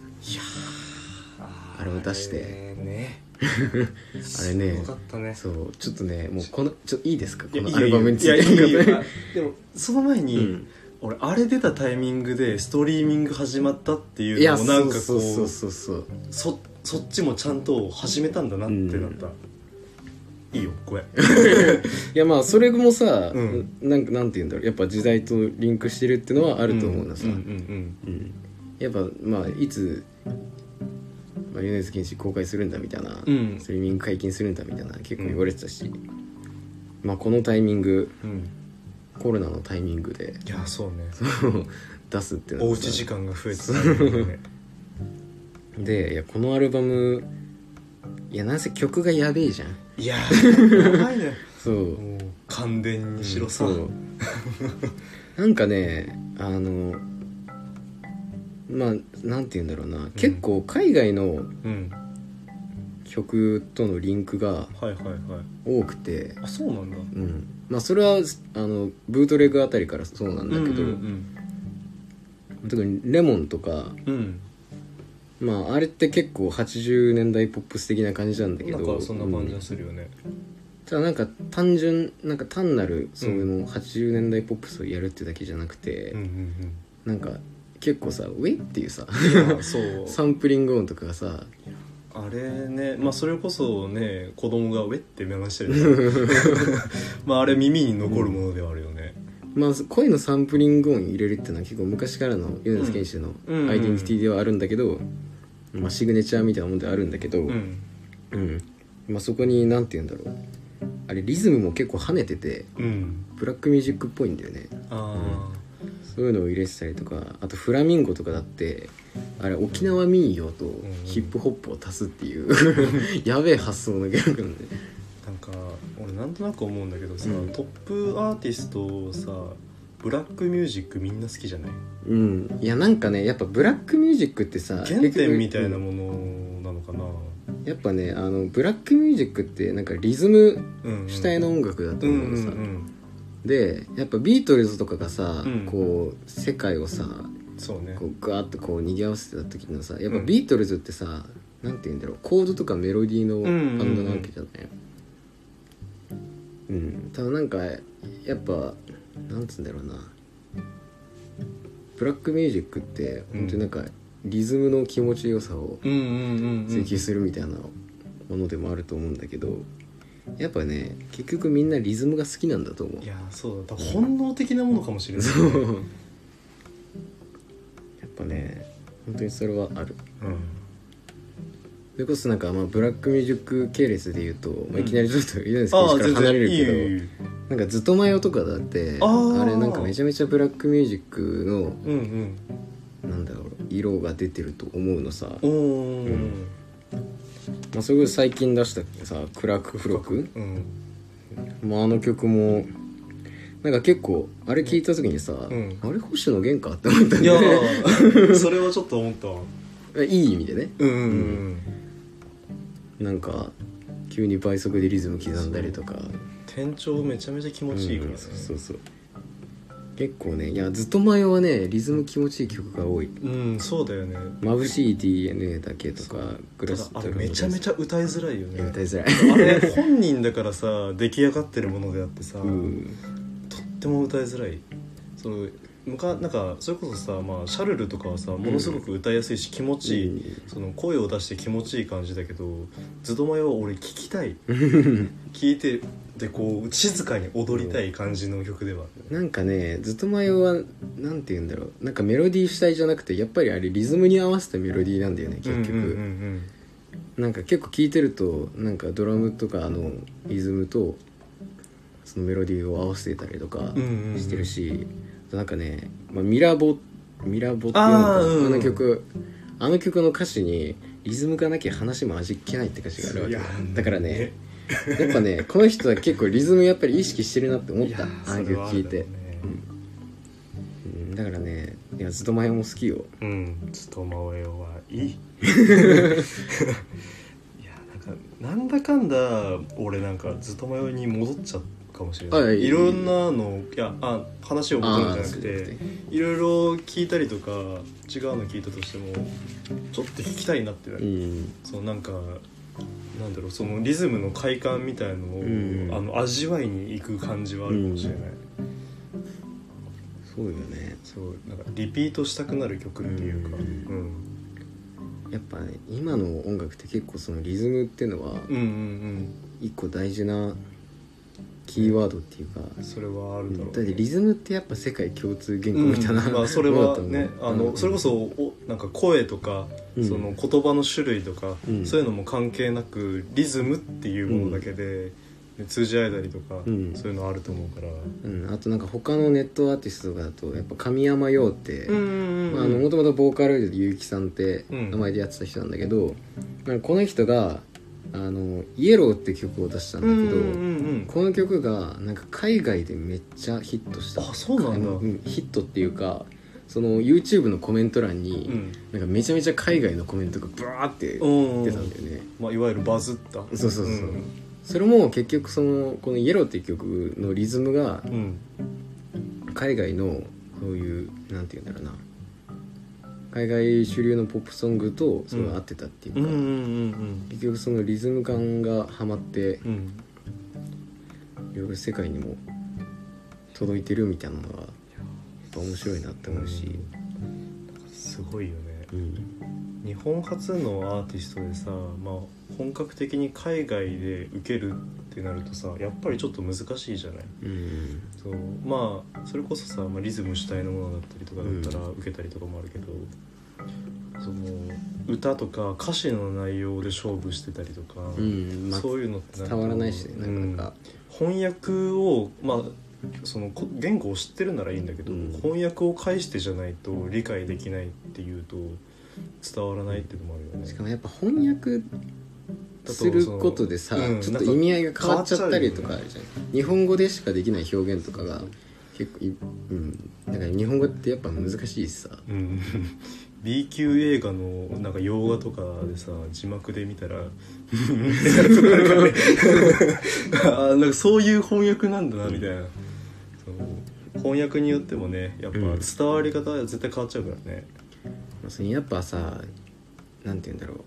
[SPEAKER 1] あれを出して
[SPEAKER 2] ね
[SPEAKER 1] あれね
[SPEAKER 2] すごかったね
[SPEAKER 1] そうちょっとねもうこのちょいいですか
[SPEAKER 2] い
[SPEAKER 1] こ
[SPEAKER 2] やい
[SPEAKER 1] の
[SPEAKER 2] いよ
[SPEAKER 1] アルバムについて
[SPEAKER 2] いやいいよいやいいよで <laughs> もその前に、
[SPEAKER 1] うん
[SPEAKER 2] 俺あれ出たタイミングでストリーミング始まったっていう
[SPEAKER 1] いや
[SPEAKER 2] のも
[SPEAKER 1] そ
[SPEAKER 2] なん
[SPEAKER 1] う
[SPEAKER 2] かこう
[SPEAKER 1] そ
[SPEAKER 2] そう
[SPEAKER 1] そうそうそう
[SPEAKER 2] そっちもちゃんと始めたんだなってなった、いいよこれ
[SPEAKER 1] いやまあそれもさ、
[SPEAKER 2] うん
[SPEAKER 1] なんかなんて言うんだろうやっぱ時代とリンクしてるってのはあ
[SPEAKER 2] あ
[SPEAKER 1] ると思うのさ、
[SPEAKER 2] んうんうん
[SPEAKER 1] うんやっぱまあいつ、まあ、米津玄師公開するんだみたいな、
[SPEAKER 2] うん
[SPEAKER 1] ストリーミング解禁するんだみたいな結構言われてたし、まあこのタイミング
[SPEAKER 2] うん、うん
[SPEAKER 1] コロナのタイミングで
[SPEAKER 2] いやそうね
[SPEAKER 1] 出すってな
[SPEAKER 2] お
[SPEAKER 1] っ
[SPEAKER 2] う
[SPEAKER 1] て
[SPEAKER 2] ち時
[SPEAKER 1] さ
[SPEAKER 2] 間が増えてたんだね
[SPEAKER 1] でいやこのアルバムいやなんせ曲がやべえじゃん
[SPEAKER 2] いやーやばい
[SPEAKER 1] <laughs>
[SPEAKER 2] ね
[SPEAKER 1] そう
[SPEAKER 2] もう感電にしろさ、
[SPEAKER 1] うんそう <laughs> なんかねあのまあなんて言うんだろうな、結構海外の
[SPEAKER 2] うん
[SPEAKER 1] 曲とのリンクが
[SPEAKER 2] はいはいはい
[SPEAKER 1] 多くて、
[SPEAKER 2] あそうなんだ
[SPEAKER 1] うん、まあそれはあのブートレグあたりからそうなんだけど、
[SPEAKER 2] うん
[SPEAKER 1] 特に「レモン」とか、
[SPEAKER 2] うん、うん
[SPEAKER 1] まあ、あれって結構80年代ポップス的な感じなんだけ
[SPEAKER 2] な
[SPEAKER 1] ど
[SPEAKER 2] んかそんな感じ
[SPEAKER 1] う
[SPEAKER 2] がするよね、
[SPEAKER 1] ただなんか単純なんか単なるその80年代ポップスをやるってだけじゃなくて、
[SPEAKER 2] うん、うん
[SPEAKER 1] なんか結構さ「ウェイ」っていうさ <laughs>
[SPEAKER 2] うんいやそう
[SPEAKER 1] サンプリング音とかがさ
[SPEAKER 2] あれねまあそれこそね子供が「ウェ」って目まして
[SPEAKER 1] <laughs>
[SPEAKER 2] るからまああれ耳に残るものではあるよね、
[SPEAKER 1] まあ声のサンプリング音入れるっていうのは結構昔からの米津玄師の
[SPEAKER 2] うん
[SPEAKER 1] アイデンティティではあるんだけど、まあ、シグネチャーみたいなもんではあるんだけど、
[SPEAKER 2] うん、
[SPEAKER 1] うんまあ、そこに何て言うんだろうあれリズムも結構跳ねてて
[SPEAKER 2] うん、
[SPEAKER 1] ブラックミュージックっぽいんだよね
[SPEAKER 2] あ
[SPEAKER 1] そういうのを入れてたりとかあとフラミンゴとかだってあれ沖縄民謡とヒップホップを足すっていう
[SPEAKER 2] <laughs>
[SPEAKER 1] やべえ発想のギャグなんで
[SPEAKER 2] あなんか俺なんとなく思うんだけどさ、
[SPEAKER 1] うん
[SPEAKER 2] トップアーティストをさブラックミュージックみんな好きじゃない
[SPEAKER 1] うんいやなんかねやっぱブラックミュージックってさ
[SPEAKER 2] 原点みたい
[SPEAKER 1] 結
[SPEAKER 2] な
[SPEAKER 1] 局
[SPEAKER 2] ものなのかな、
[SPEAKER 1] うんやっぱねあのブラックミュージックってなんかリズム
[SPEAKER 2] うんうん、
[SPEAKER 1] 主体の音楽だと
[SPEAKER 2] うん
[SPEAKER 1] 思うの
[SPEAKER 2] うん
[SPEAKER 1] さ、
[SPEAKER 2] うん
[SPEAKER 1] でやっぱビートルズとかがさ、
[SPEAKER 2] うん
[SPEAKER 1] こう世界をさ
[SPEAKER 2] そうね
[SPEAKER 1] こうガーッとこう賑わせてた時のさやっぱ
[SPEAKER 2] うん
[SPEAKER 1] ビートルズってさ、なんて言うんだろうコードとかメロディーの
[SPEAKER 2] んうんうん
[SPEAKER 1] バンドなわけじゃないうんただなんかやっぱなんつうんだろうなブラックミュージックって本当になんか、リズムの気持ちよさを
[SPEAKER 2] うんうんうんうん
[SPEAKER 1] 追求するみたいなものでもあると思うんだけどやっぱね結局みんなリズムが好きなんだと思う
[SPEAKER 2] いやそうだ多分本能的なものかもしれない、
[SPEAKER 1] そうやっぱね本当にそれはある
[SPEAKER 2] うん
[SPEAKER 1] それこそなんかまあブラックミュージック系列で言うと、まあ、いきなりちょっと言うんですけ
[SPEAKER 2] あ
[SPEAKER 1] どか
[SPEAKER 2] あ
[SPEAKER 1] ら
[SPEAKER 2] 全
[SPEAKER 1] 離れ
[SPEAKER 2] 然
[SPEAKER 1] る
[SPEAKER 2] いい
[SPEAKER 1] け
[SPEAKER 2] よ
[SPEAKER 1] ど
[SPEAKER 2] いいよ
[SPEAKER 1] なんか「ずっとマヨ」とかだって
[SPEAKER 2] あ
[SPEAKER 1] あ
[SPEAKER 2] ー
[SPEAKER 1] れなんかめちゃめちゃブラックミュージックの
[SPEAKER 2] うんうん
[SPEAKER 1] なんだろう色が出てると思うのさ、
[SPEAKER 2] お
[SPEAKER 1] ま
[SPEAKER 2] お、
[SPEAKER 1] んあ、それこそ最近出したさ「クラックフロック
[SPEAKER 2] うん、」
[SPEAKER 1] まあ、あの曲もなんか結構あれ聞いた時にさ、
[SPEAKER 2] ん
[SPEAKER 1] あれ星野源かって思ったん
[SPEAKER 2] い
[SPEAKER 1] で <laughs>
[SPEAKER 2] やーそれはちょっと思ったわ
[SPEAKER 1] い <laughs> い意味でね
[SPEAKER 2] うんうんうん
[SPEAKER 1] なんか急に倍速でリズム刻んだりとか
[SPEAKER 2] 転調めちゃめちゃ気持ちいいからね、
[SPEAKER 1] うんそうそうそう結構ねいやずっと前はねリズム気持ちいい曲が多い
[SPEAKER 2] うんそうだよね
[SPEAKER 1] 「眩しい DNA だけ」とか「グ
[SPEAKER 2] た
[SPEAKER 1] ラ
[SPEAKER 2] だ
[SPEAKER 1] ス
[SPEAKER 2] あれめちゃめちゃ歌いづらいよ
[SPEAKER 1] ゃ歌
[SPEAKER 2] ね
[SPEAKER 1] いづらい
[SPEAKER 2] あれ本人だからさ出来上がってるものであってさ、
[SPEAKER 1] うん
[SPEAKER 2] とっても歌いづらいそのむかなんかそれこそさ、まあ、シャルルとかはさものすごく歌いやすいし気持ちいい、その声を出して気持ちいい感じだけどズドマヨは俺聞きた <laughs> い聞いてでこう静かに踊りたい感じの曲ではある
[SPEAKER 1] なんかねずっと前はなんて言うんだろうなんかメロディー主体じゃなくてやっぱりあれリズムに合わせたメロディーなんだよね結局、
[SPEAKER 2] うんうんうん
[SPEAKER 1] なんか結構聴いてるとなんかドラムとかのリズムとそのメロディーを合わせてたりとか
[SPEAKER 2] うんうんうん
[SPEAKER 1] してるし、なんかね、まあ、ミラボミラボっていうのかな
[SPEAKER 2] あ
[SPEAKER 1] あ,、
[SPEAKER 2] ーうん
[SPEAKER 1] の曲あの曲の歌詞に「リズムがなきゃ話も味気ない」って歌詞があるわけ
[SPEAKER 2] いやー
[SPEAKER 1] だからねやっぱねこの人は結構リズムやっぱり意識してるなって思
[SPEAKER 2] ね
[SPEAKER 1] っ
[SPEAKER 2] いや
[SPEAKER 1] た
[SPEAKER 2] ー
[SPEAKER 1] あ
[SPEAKER 2] そ
[SPEAKER 1] の
[SPEAKER 2] れ
[SPEAKER 1] 曲
[SPEAKER 2] はあ
[SPEAKER 1] 聴
[SPEAKER 2] る
[SPEAKER 1] いて
[SPEAKER 2] だろうね
[SPEAKER 1] うんだからねいやずっと前も好きよ
[SPEAKER 2] うんちょっと前はい <laughs> いいやなんかなんだかんだ俺なんかずっと迷いに戻っちゃうかもしれ
[SPEAKER 1] あ
[SPEAKER 2] ない
[SPEAKER 1] いい
[SPEAKER 2] いろんなのいやあ話を戻るんじゃなく
[SPEAKER 1] ー
[SPEAKER 2] ていろいろ聞いたりとか違うの聞いたとしてもちょっと聞きたいなってな
[SPEAKER 1] う
[SPEAKER 2] る、
[SPEAKER 1] ん
[SPEAKER 2] そのなんかなんだろうそのリズムの快感みたいのを、
[SPEAKER 1] うん
[SPEAKER 2] あの味わいに行く感じはあるかもしれない、
[SPEAKER 1] そうよね
[SPEAKER 2] そうなんかリピートしたくなる曲っていうか、
[SPEAKER 1] う
[SPEAKER 2] うんん、
[SPEAKER 1] やっぱね今の音楽って結構そのリズムっていうのは
[SPEAKER 2] うんうん
[SPEAKER 1] 一個大事なキーワードっていうか、
[SPEAKER 2] うんそれはあるだろう、
[SPEAKER 1] だってリズムってやっぱ世界共通言語みたいな、
[SPEAKER 2] うんまあ、それ
[SPEAKER 1] ものだ
[SPEAKER 2] は
[SPEAKER 1] と思う
[SPEAKER 2] ねあの、
[SPEAKER 1] うん
[SPEAKER 2] それこそおなんか声とか、
[SPEAKER 1] うん
[SPEAKER 2] その言葉の種類とか、
[SPEAKER 1] うん
[SPEAKER 2] そういうのも関係なくリズムっていうものだけで、ね通じ合えたりとか、
[SPEAKER 1] うん
[SPEAKER 2] そういうのあると思うから。
[SPEAKER 1] うん、あとなんか他のネットアーティストとかだとやっぱ神山陽って
[SPEAKER 2] ん
[SPEAKER 1] まああのもともとボーカルで結城さんって
[SPEAKER 2] うん
[SPEAKER 1] 名前でやってた人なんだけど、なんかこの人があの「イエロー」って曲を出したんだけど、
[SPEAKER 2] ん
[SPEAKER 1] この曲がなんか海外でめっちゃヒットした
[SPEAKER 2] あそうなんだ
[SPEAKER 1] あのうんヒットっていうかその YouTube のコメント欄に、なんかめちゃめちゃ海外のコメントがブワーって
[SPEAKER 2] うん
[SPEAKER 1] 出たんだよね、
[SPEAKER 2] まあ、いわゆるバズった
[SPEAKER 1] そうそうそう
[SPEAKER 2] うん
[SPEAKER 1] それも結局そのこの「イエロー」っていう曲のリズムが
[SPEAKER 2] うん
[SPEAKER 1] 海外のそういうなんて言うんだろうな海外主流のポップソングとそれが合ってたっていうか、
[SPEAKER 2] うんうんうん
[SPEAKER 1] 結局そのリズム感がハマって
[SPEAKER 2] うんうん
[SPEAKER 1] いろいろ世界にも届いてるみたいなのがやっぱ面白いなって思うし、
[SPEAKER 2] すごいよね
[SPEAKER 1] うん
[SPEAKER 2] 日本初のアーティストでさ、まあ、本格的に海外で受けるってなるとさやっぱりちょっと難しいじゃない
[SPEAKER 1] うん
[SPEAKER 2] そうまあそれこそさ、まあ、リズム主体のものだったりとかだったら受けたりとかもあるけど、その歌とか歌詞の内容で勝負してたりとか、
[SPEAKER 1] うんまあ
[SPEAKER 2] そういうのってると
[SPEAKER 1] 伝わらないしねなかなか、
[SPEAKER 2] うん翻訳をまあそのこ言語を知ってるならいいんだけど、
[SPEAKER 1] うん
[SPEAKER 2] 翻訳を介してじゃないと理解できないっていうと伝わらないっていうのもあるよね。
[SPEAKER 1] しかもやっぱ翻訳することでさ、
[SPEAKER 2] だとそのうん
[SPEAKER 1] ちょっと意味合いが変わっちゃったりとかあるじゃん、日本語でしかできない表現とかが結構いうんだから日本語ってやっぱ難しいしさ
[SPEAKER 2] うん <laughs> B 級映画のなんか洋画とかでさ字幕で見たら <laughs> あなんかそういう翻訳なんだなみたいな、そう翻訳によってもねやっぱ
[SPEAKER 1] うん
[SPEAKER 2] 伝わり方は絶対変わっちゃうからね、
[SPEAKER 1] まあそれやっぱさなんて言うんだろう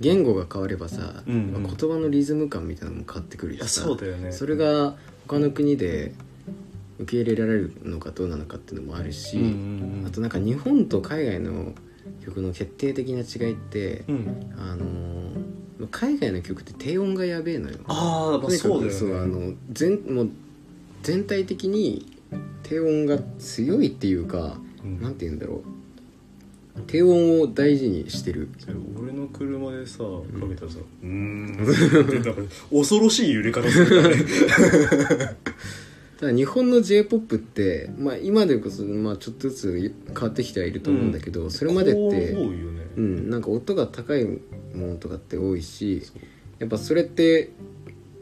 [SPEAKER 1] 言語が変わればさ、
[SPEAKER 2] うんうん
[SPEAKER 1] まあ言葉のリズム感みたいなのも変わってくる
[SPEAKER 2] い
[SPEAKER 1] し
[SPEAKER 2] や
[SPEAKER 1] さ
[SPEAKER 2] そうだよね
[SPEAKER 1] それが他の国で受け入れられるのかどうなのかっていうのもあるし、
[SPEAKER 2] うんうんうん
[SPEAKER 1] あとなんか日本と海外の曲の決定的な違いって、
[SPEAKER 2] うん
[SPEAKER 1] あのー海外の曲って低音がやべえのよ
[SPEAKER 2] ああま
[SPEAKER 1] と
[SPEAKER 2] あ
[SPEAKER 1] にか
[SPEAKER 2] そうだ
[SPEAKER 1] く
[SPEAKER 2] よ
[SPEAKER 1] そうあ
[SPEAKER 2] ね
[SPEAKER 1] の全もう全体的に低音が強いっていうか
[SPEAKER 2] うん
[SPEAKER 1] なんて言うんだろう低音を大事にしてる
[SPEAKER 2] それ俺の車でさかけたらさ「うーん」ってなんか恐ろしい揺れ方するからね
[SPEAKER 1] ただ日本の j p o p って、まあ、今でこそ、まあ、ちょっとずつ変わってきてはいると思うんだけど、それまでっ
[SPEAKER 2] 高音
[SPEAKER 1] て
[SPEAKER 2] 多いよね、
[SPEAKER 1] うん、なんか音が高いものとかって多いしやっぱそれって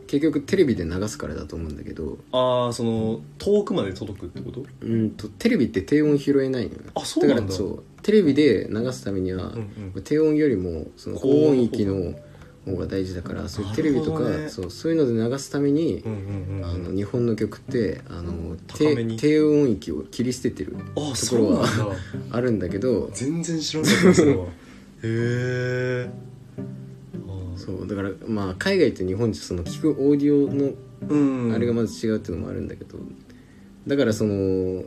[SPEAKER 1] 結局テレビで流すからだと思うんだけど、
[SPEAKER 2] ああその遠くまで届くってこと
[SPEAKER 1] うんとテレビって低音拾えないのよ
[SPEAKER 2] あそうなんだ
[SPEAKER 1] からそうテレビで流すためには、
[SPEAKER 2] うんうん
[SPEAKER 1] 低音よりもその高音域の方が大事だからそういうテレビとか、
[SPEAKER 2] なるほどね
[SPEAKER 1] そうそういうので流すために、
[SPEAKER 2] うんうんうん
[SPEAKER 1] あの日本の曲ってあの
[SPEAKER 2] 高め
[SPEAKER 1] 低
[SPEAKER 2] に
[SPEAKER 1] 低音域を切り捨ててる
[SPEAKER 2] あ
[SPEAKER 1] とこ
[SPEAKER 2] そ
[SPEAKER 1] ろ
[SPEAKER 2] うなん
[SPEAKER 1] は
[SPEAKER 2] だ
[SPEAKER 1] あるんだけど
[SPEAKER 2] 全然知らなかったそれはへえ
[SPEAKER 1] そうだからまあ海外と日本じゃその聞くオーディオの
[SPEAKER 2] うん
[SPEAKER 1] あれがまず違うっていうのもあるんだけど、だからその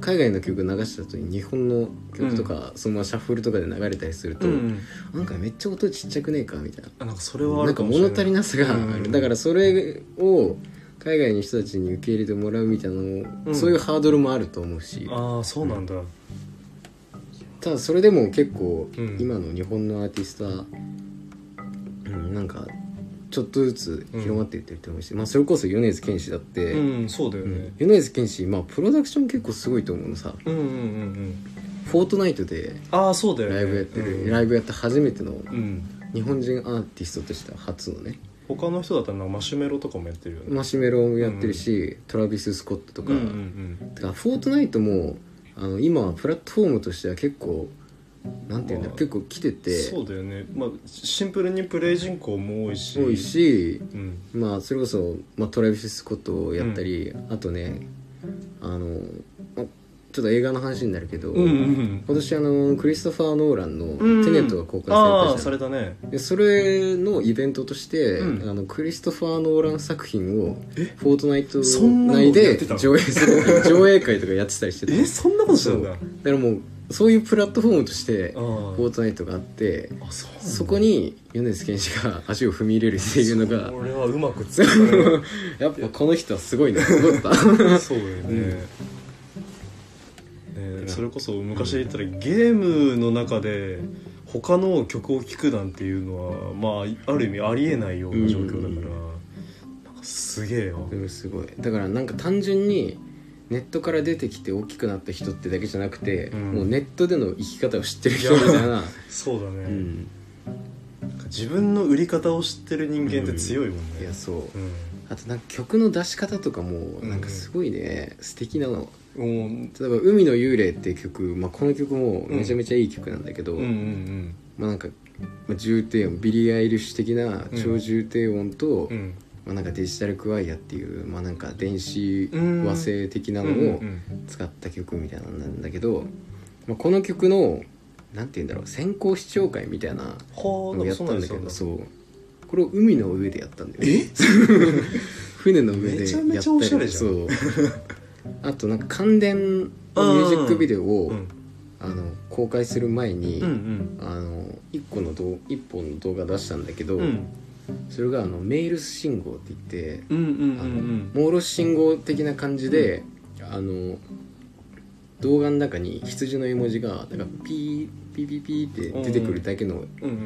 [SPEAKER 1] 海外の曲流した後に日本の曲とか、そのままシャッフルとかで流れたりすると、
[SPEAKER 2] うん
[SPEAKER 1] なんかめっちゃ音ちっちゃくねえかみたいな
[SPEAKER 2] あなんかそれはあ
[SPEAKER 1] なん
[SPEAKER 2] る
[SPEAKER 1] か
[SPEAKER 2] かもしれ
[SPEAKER 1] 物
[SPEAKER 2] ない
[SPEAKER 1] 足りなさがある、
[SPEAKER 2] うん
[SPEAKER 1] だからそれを海外の人たちに受け入れてもらうみたいなのを、
[SPEAKER 2] うん
[SPEAKER 1] そういうハードルもあると思うし
[SPEAKER 2] ああそうなんだ
[SPEAKER 1] ただそれでも結構、
[SPEAKER 2] うん
[SPEAKER 1] 今の日本のアーティストは、うん、なんかちょっとずつ広まっていってると思うし、まあ、それこそ米津玄師だっ
[SPEAKER 2] う
[SPEAKER 1] て、
[SPEAKER 2] んそうだよね
[SPEAKER 1] 米津玄師まあプロダクション結構すごいと思うのさ
[SPEAKER 2] うんうんうんうん
[SPEAKER 1] フォートナイトで
[SPEAKER 2] ああそうだよね
[SPEAKER 1] ライブやってる、
[SPEAKER 2] うん
[SPEAKER 1] ライブやって初めての
[SPEAKER 2] うん
[SPEAKER 1] 日本人アーティストとしては初のね
[SPEAKER 2] 他の人だったらなんかマシュメロとかもやってるよね
[SPEAKER 1] マシュメロもやってるし、トラビス・スコットとか,、
[SPEAKER 2] うんうん
[SPEAKER 1] だからフォートナイトもあの今はプラットフォームとしては結構なんていうんだ、
[SPEAKER 2] まあ
[SPEAKER 1] 結構来てて
[SPEAKER 2] そうだよねまあシンプルにプレイ人口も多いし
[SPEAKER 1] 多いし
[SPEAKER 2] うん
[SPEAKER 1] まあそれこそ、まあ、トラビス・スコットをやったり、あとねあのあちょっと映画の話になるけど、
[SPEAKER 2] うんうん
[SPEAKER 1] 今年あのクリストファー・ノーランの
[SPEAKER 2] うんう
[SPEAKER 1] 「
[SPEAKER 2] ん
[SPEAKER 1] テネット」が公開
[SPEAKER 2] ああ
[SPEAKER 1] さ
[SPEAKER 2] さ
[SPEAKER 1] れ
[SPEAKER 2] れ
[SPEAKER 1] たじ
[SPEAKER 2] たね
[SPEAKER 1] ゃんでそれのイベントとして、
[SPEAKER 2] うん
[SPEAKER 1] あのクリストファー・ノーラン作品をフォートナイト
[SPEAKER 2] そんなの
[SPEAKER 1] 内
[SPEAKER 2] やっ
[SPEAKER 1] で
[SPEAKER 2] てたの
[SPEAKER 1] 上映する
[SPEAKER 2] <laughs>
[SPEAKER 1] 上映会とかやってたりしてた
[SPEAKER 2] えそんなことしたん
[SPEAKER 1] そ
[SPEAKER 2] だ
[SPEAKER 1] だからもうそういうプラットフォームとして
[SPEAKER 2] あ
[SPEAKER 1] フォ
[SPEAKER 2] ー
[SPEAKER 1] ートナイトがあって
[SPEAKER 2] あそうなんだ
[SPEAKER 1] そこに米津玄師が足を踏み入れるっていうのが
[SPEAKER 2] 俺はうまく使う
[SPEAKER 1] やっぱこの人はすごい
[SPEAKER 2] <laughs>
[SPEAKER 1] なと思った
[SPEAKER 2] そうだよね、ねそれこそ昔で言ったらゲームの中で他の曲を聴くなんていうのはまあある意味ありえないような状況だから、なんかすげえよ、
[SPEAKER 1] うんすごいだからなんか単純にネットから出てきて大きくなった人ってだけじゃなくて、
[SPEAKER 2] うん
[SPEAKER 1] もうネットでの生き方を知ってる人みたいな、
[SPEAKER 2] そうだね、
[SPEAKER 1] うん、
[SPEAKER 2] なんか自分の売り方を知ってる人間って強いもん
[SPEAKER 1] いや
[SPEAKER 2] ね、
[SPEAKER 1] そう
[SPEAKER 2] うん
[SPEAKER 1] あとなんか曲の出し方とかもなんかすごいね、素敵なの
[SPEAKER 2] もう
[SPEAKER 1] 例えば「海の幽霊」っていう曲、まあ、この曲もめちゃめちゃいい曲なんだけど、
[SPEAKER 2] うんうん
[SPEAKER 1] まあなんか、まあ、重低音ビリー・アイリッシュ的な超重低音と、
[SPEAKER 2] うんうん
[SPEAKER 1] まあ、なんかデジタルクワイアっていう、まあ、なんか電子
[SPEAKER 2] うん
[SPEAKER 1] 和声的な
[SPEAKER 2] う
[SPEAKER 1] の
[SPEAKER 2] ん
[SPEAKER 1] を使った曲みたいなのなんだけど、まあ、この曲のなんて言うんだろう先行視聴会みたいな
[SPEAKER 2] はあ
[SPEAKER 1] のを
[SPEAKER 2] なん
[SPEAKER 1] や
[SPEAKER 2] か
[SPEAKER 1] っ
[SPEAKER 2] そ
[SPEAKER 1] た
[SPEAKER 2] うなん
[SPEAKER 1] ん
[SPEAKER 2] で
[SPEAKER 1] だ
[SPEAKER 2] す
[SPEAKER 1] けど
[SPEAKER 2] よ
[SPEAKER 1] そうこれを海の上でやったんだよね
[SPEAKER 2] え
[SPEAKER 1] <laughs> 船の上でやったり
[SPEAKER 2] めちゃめちゃおしゃれじゃん
[SPEAKER 1] そうあとなんか関連のミュージックビデオを
[SPEAKER 2] うん
[SPEAKER 1] あの公開する前に、
[SPEAKER 2] うん
[SPEAKER 1] あの1個の動一本の動画出したんだけど、
[SPEAKER 2] うんうん
[SPEAKER 1] それがあのメールス信号って言って、
[SPEAKER 2] うんうん
[SPEAKER 1] あ
[SPEAKER 2] う
[SPEAKER 1] の
[SPEAKER 2] ん
[SPEAKER 1] モールス信号的な感じで、あの動画の中に羊の絵文字がなんかピーピーピーピーって出てくるだけの
[SPEAKER 2] うんうん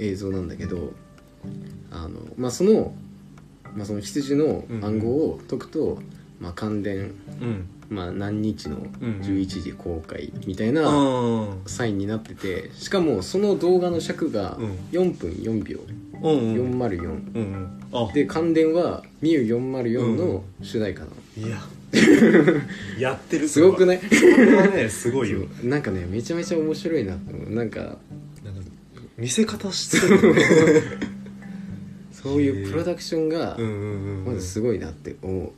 [SPEAKER 1] 映像なんだけどあの、まあ、その、まあ、その羊の暗号を解くと、まあ、関連、
[SPEAKER 2] うん
[SPEAKER 1] まあ、何日の
[SPEAKER 2] うん
[SPEAKER 1] 11時公開みたい
[SPEAKER 2] あ
[SPEAKER 1] な、
[SPEAKER 2] ー
[SPEAKER 1] サインになっててしかもその動画の尺が
[SPEAKER 2] うん
[SPEAKER 1] 4分4秒、
[SPEAKER 2] うんうん
[SPEAKER 1] 404
[SPEAKER 2] うんうんあ
[SPEAKER 1] で関連は「ミュ404」
[SPEAKER 2] う
[SPEAKER 1] の主題歌なの、
[SPEAKER 2] いや <laughs> やってる
[SPEAKER 1] すごく
[SPEAKER 2] ね
[SPEAKER 1] ない
[SPEAKER 2] それはねすごいよ
[SPEAKER 1] なんかねめちゃめちゃ面白いなって思うなんか
[SPEAKER 2] なんか見せ方してる <laughs> ね
[SPEAKER 1] そういうプロダクションが
[SPEAKER 2] うんうんうんう
[SPEAKER 1] ま
[SPEAKER 2] ん
[SPEAKER 1] ずすごいなって思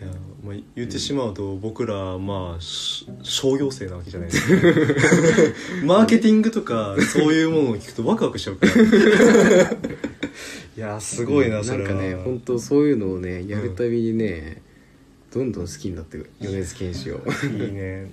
[SPEAKER 2] いやまあ言ってしまうと僕らまあし商業生なわけじゃないですか <laughs> マーケティングとかそういうものを聞くとワクワクしちゃうから <laughs> いやす
[SPEAKER 1] う
[SPEAKER 2] ごいな
[SPEAKER 1] うん
[SPEAKER 2] それは
[SPEAKER 1] んかね本当そういうのをねやるたびにね、どんどん好きになってる米津玄師を
[SPEAKER 2] いいね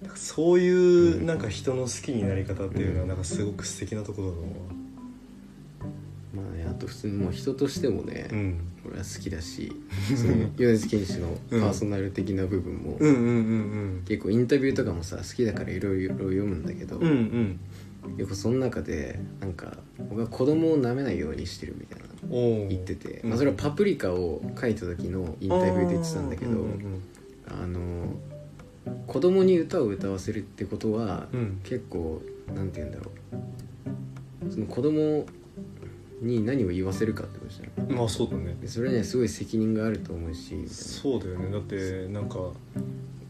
[SPEAKER 2] なんかそういうなんか人の好きになり方っていうのはなんかすごく素敵なところだと思うわ
[SPEAKER 1] まあねあと普通にもう人としてもね、
[SPEAKER 2] うん
[SPEAKER 1] 俺は好きだしそ
[SPEAKER 2] <laughs>
[SPEAKER 1] の米津玄師のパーソナル的な部分も、
[SPEAKER 2] うんうん
[SPEAKER 1] 結構インタビューとかもさ好きだからいろいろ読むんだけど、
[SPEAKER 2] うんうんうん
[SPEAKER 1] 結構その中でなんか僕は子供を舐めないようにしてるみたいな
[SPEAKER 2] うんおお
[SPEAKER 1] 言ってて、
[SPEAKER 2] うん
[SPEAKER 1] まあ、それは「パプリカ」を書いた時のインタビューで言ってたんだけど
[SPEAKER 2] うんうん
[SPEAKER 1] あ,、の子供に歌を歌わせるってことは、
[SPEAKER 2] うん
[SPEAKER 1] 結構なんて言うんだろうその子供に何を言わせるかってことじゃない
[SPEAKER 2] うんまあそうだね
[SPEAKER 1] でそれにはすごい責任があると思うしみたいな
[SPEAKER 2] そうだよねだってなんか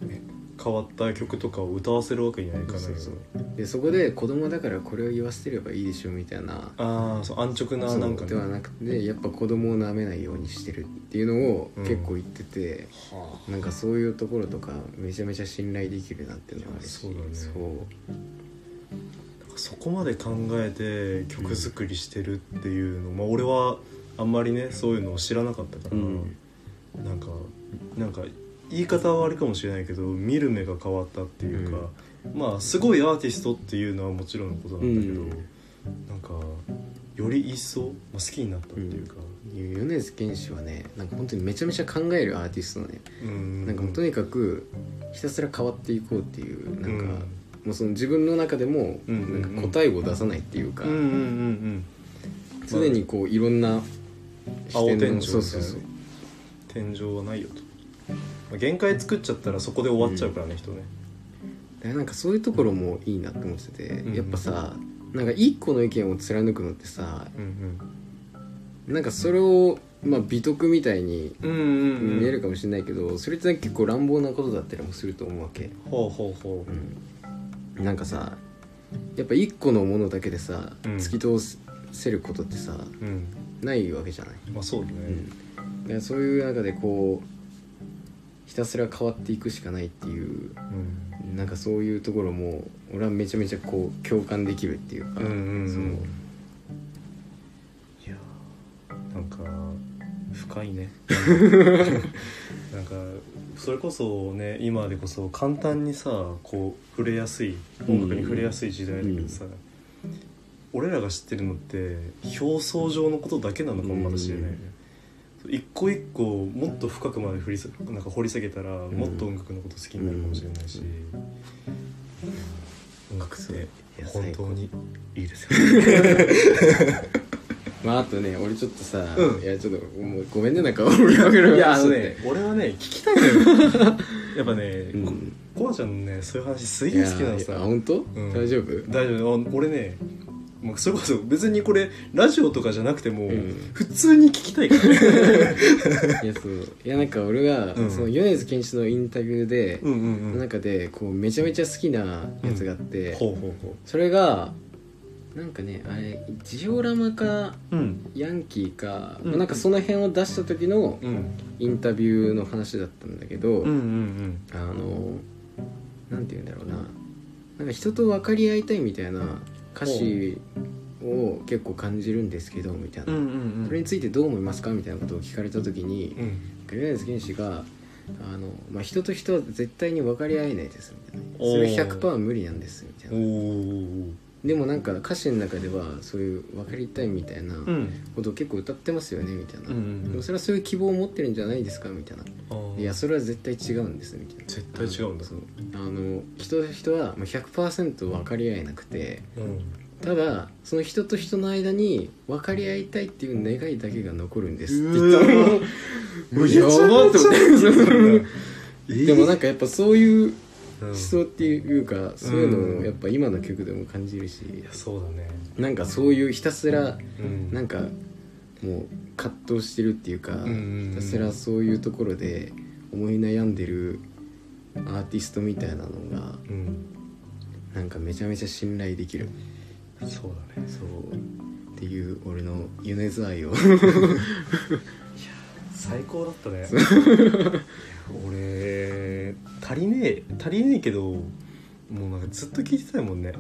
[SPEAKER 2] ね変わった曲とかを歌わせるわけにはいかない
[SPEAKER 1] そう
[SPEAKER 2] よね
[SPEAKER 1] そうでそこで子供だからこれを言わせてればいいでしょみたいな
[SPEAKER 2] ああそう安直な
[SPEAKER 1] そう
[SPEAKER 2] なんか
[SPEAKER 1] ではなくてやっぱ子供を舐めないようにしてるっていうのを結構言ってて、
[SPEAKER 2] は
[SPEAKER 1] なんかそういうところとかめちゃめちゃ信頼できるなっていうのがあるし
[SPEAKER 2] いや
[SPEAKER 1] そ
[SPEAKER 2] そううだあなんかそこまで考えて曲作りしてるっていうの、まあ俺はあんまりねそういうのを知らなかったか
[SPEAKER 1] う
[SPEAKER 2] ら、
[SPEAKER 1] ん
[SPEAKER 2] なんかなんか言い方はあれかもしれないけど見る目が変わったっていうか、まあすごいアーティストっていうのはもちろんのことなんだけど、
[SPEAKER 1] うん
[SPEAKER 2] なんかより一層、まあ、好きになったっていうか、
[SPEAKER 1] 米津玄師はねなんか本当にめちゃめちゃ考えるアーティストなのね、
[SPEAKER 2] うん
[SPEAKER 1] なんかもうとにかくひたすら変わっていこうっていうなんか、
[SPEAKER 2] うん
[SPEAKER 1] もうその自分の中でも
[SPEAKER 2] うんうんうん
[SPEAKER 1] なんか答えを出さないっていうか、
[SPEAKER 2] うんうんうんうん
[SPEAKER 1] 常にこういろんな
[SPEAKER 2] 青天井みたいなね
[SPEAKER 1] そうそうそう
[SPEAKER 2] 天井はないよと、まあ、限界作っちゃったらそこで終わっちゃうからね、人ね
[SPEAKER 1] でなんかそういうところもいいなって思ってて、
[SPEAKER 2] うん
[SPEAKER 1] やっぱさなんか一個の意見を貫くのってさ
[SPEAKER 2] うん
[SPEAKER 1] なんかそれを、まあ、美徳みたいに
[SPEAKER 2] うんうんうん
[SPEAKER 1] 見えるかもしれないけど、それって結構乱暴なことだったりもすると思うわけ、
[SPEAKER 2] ほうほうほう、
[SPEAKER 1] うん、なんかさやっぱ一個のものだけでさ、
[SPEAKER 2] うん
[SPEAKER 1] 突き通せることってさ
[SPEAKER 2] うん、
[SPEAKER 1] ないわけじゃない、
[SPEAKER 2] まあそうだね、
[SPEAKER 1] うん、だからそういう中でこうひたすら変わっていくしかないっていう
[SPEAKER 2] うん
[SPEAKER 1] なんかそういうところも俺はめちゃめちゃこう共感できるっていうか、
[SPEAKER 2] うんうんうん
[SPEAKER 1] その
[SPEAKER 2] いやーなんか深い <laughs> ねなんかそれこそね今でこそ簡単にさこう触れやすい音楽に触れやすい時代だけどさ、俺らが知ってるのって表層上のことだけなのかもまだ知れないよね、一個一個もっと深くまで振りさなんか掘り下げたら、
[SPEAKER 1] ん
[SPEAKER 2] もっと音楽のこと好きになるかもしれないし、音楽って本当にいいですよ <laughs> ね
[SPEAKER 1] まああとね俺ちょっとさ、
[SPEAKER 2] うん
[SPEAKER 1] いやちょっともうごめんねなんか俺が俺
[SPEAKER 2] い
[SPEAKER 1] が
[SPEAKER 2] や
[SPEAKER 1] 話
[SPEAKER 2] あ
[SPEAKER 1] しちゃ
[SPEAKER 2] の
[SPEAKER 1] って
[SPEAKER 2] ね俺はね聞きたいのよ
[SPEAKER 1] <laughs>
[SPEAKER 2] やっぱね、
[SPEAKER 1] うん
[SPEAKER 2] コアちゃんのねそういう話す
[SPEAKER 1] い
[SPEAKER 2] げえ
[SPEAKER 1] や
[SPEAKER 2] 好きなのさ
[SPEAKER 1] あ本当、
[SPEAKER 2] ん
[SPEAKER 1] 大丈夫
[SPEAKER 2] 大丈夫あ俺ねもうそれこそ別にこれラジオとかじゃなくても、
[SPEAKER 1] うん
[SPEAKER 2] 普通に聞きた
[SPEAKER 1] <laughs>
[SPEAKER 2] いからね
[SPEAKER 1] いやそういやなんか俺が、
[SPEAKER 2] うん
[SPEAKER 1] その米津玄師のインタビューで、
[SPEAKER 2] うんうん
[SPEAKER 1] の
[SPEAKER 2] うん
[SPEAKER 1] 中でこうめちゃめちゃ好きなやつがあって、
[SPEAKER 2] ほうほうほ
[SPEAKER 1] それがなんかねあれジオラマか
[SPEAKER 2] ううん
[SPEAKER 1] ヤンキーか、
[SPEAKER 2] うん
[SPEAKER 1] まあなんかその辺を出した時の
[SPEAKER 2] うん
[SPEAKER 1] インタビューの話だったんだけど、
[SPEAKER 2] うんうん
[SPEAKER 1] あのなんて言うんだろうななんか人と分かり合いたいみたいな歌詞を結構感じるんですけどみたい
[SPEAKER 2] うんう
[SPEAKER 1] な、
[SPEAKER 2] んうん
[SPEAKER 1] それについてどう思いますかみたいなことを聞かれた時に
[SPEAKER 2] うん
[SPEAKER 1] 米津玄師があの、まあ、人と人は絶対に分かり合えないですみたいな
[SPEAKER 2] おー
[SPEAKER 1] それ100%無理なんですみたい
[SPEAKER 2] お
[SPEAKER 1] な
[SPEAKER 2] ー
[SPEAKER 1] でもなんか歌詞の中ではそういう分かりたいみたいな
[SPEAKER 2] うん
[SPEAKER 1] ことを結構歌ってますよねみたいな、
[SPEAKER 2] うんうんうん
[SPEAKER 1] でもそれはそういう希望を持ってるんじゃないですかみたいな
[SPEAKER 2] あー
[SPEAKER 1] いやそれは絶対違うんですみたいな
[SPEAKER 2] 絶対違うんだ
[SPEAKER 1] そうあの人と人はもう100%分かり合えなくて
[SPEAKER 2] うん
[SPEAKER 1] ただその人と人の間に分かり合いたいっていう願いだけが残るんですって言ったの
[SPEAKER 2] うわ
[SPEAKER 1] もうやばっと思って <laughs>
[SPEAKER 2] て
[SPEAKER 1] でもなん
[SPEAKER 2] か
[SPEAKER 1] かやっぱそういう
[SPEAKER 2] 思
[SPEAKER 1] 思想っていうか、そういうのをやっぱ今の曲でも感じるし、
[SPEAKER 2] いやそうだね
[SPEAKER 1] なんかそういうひたすら
[SPEAKER 2] うん
[SPEAKER 1] なんかもう葛藤してるっていうか、
[SPEAKER 2] んうんうん
[SPEAKER 1] ひたすらそういうところで思い悩んでるアーティストみたいなのが
[SPEAKER 2] うん
[SPEAKER 1] なんかめちゃめちゃ信頼できる
[SPEAKER 2] そうだね
[SPEAKER 1] そうっていう俺の米津愛を
[SPEAKER 2] 最高だったねいや俺足りねえ足りねえけどもうなんかずっと聞いてたいもんね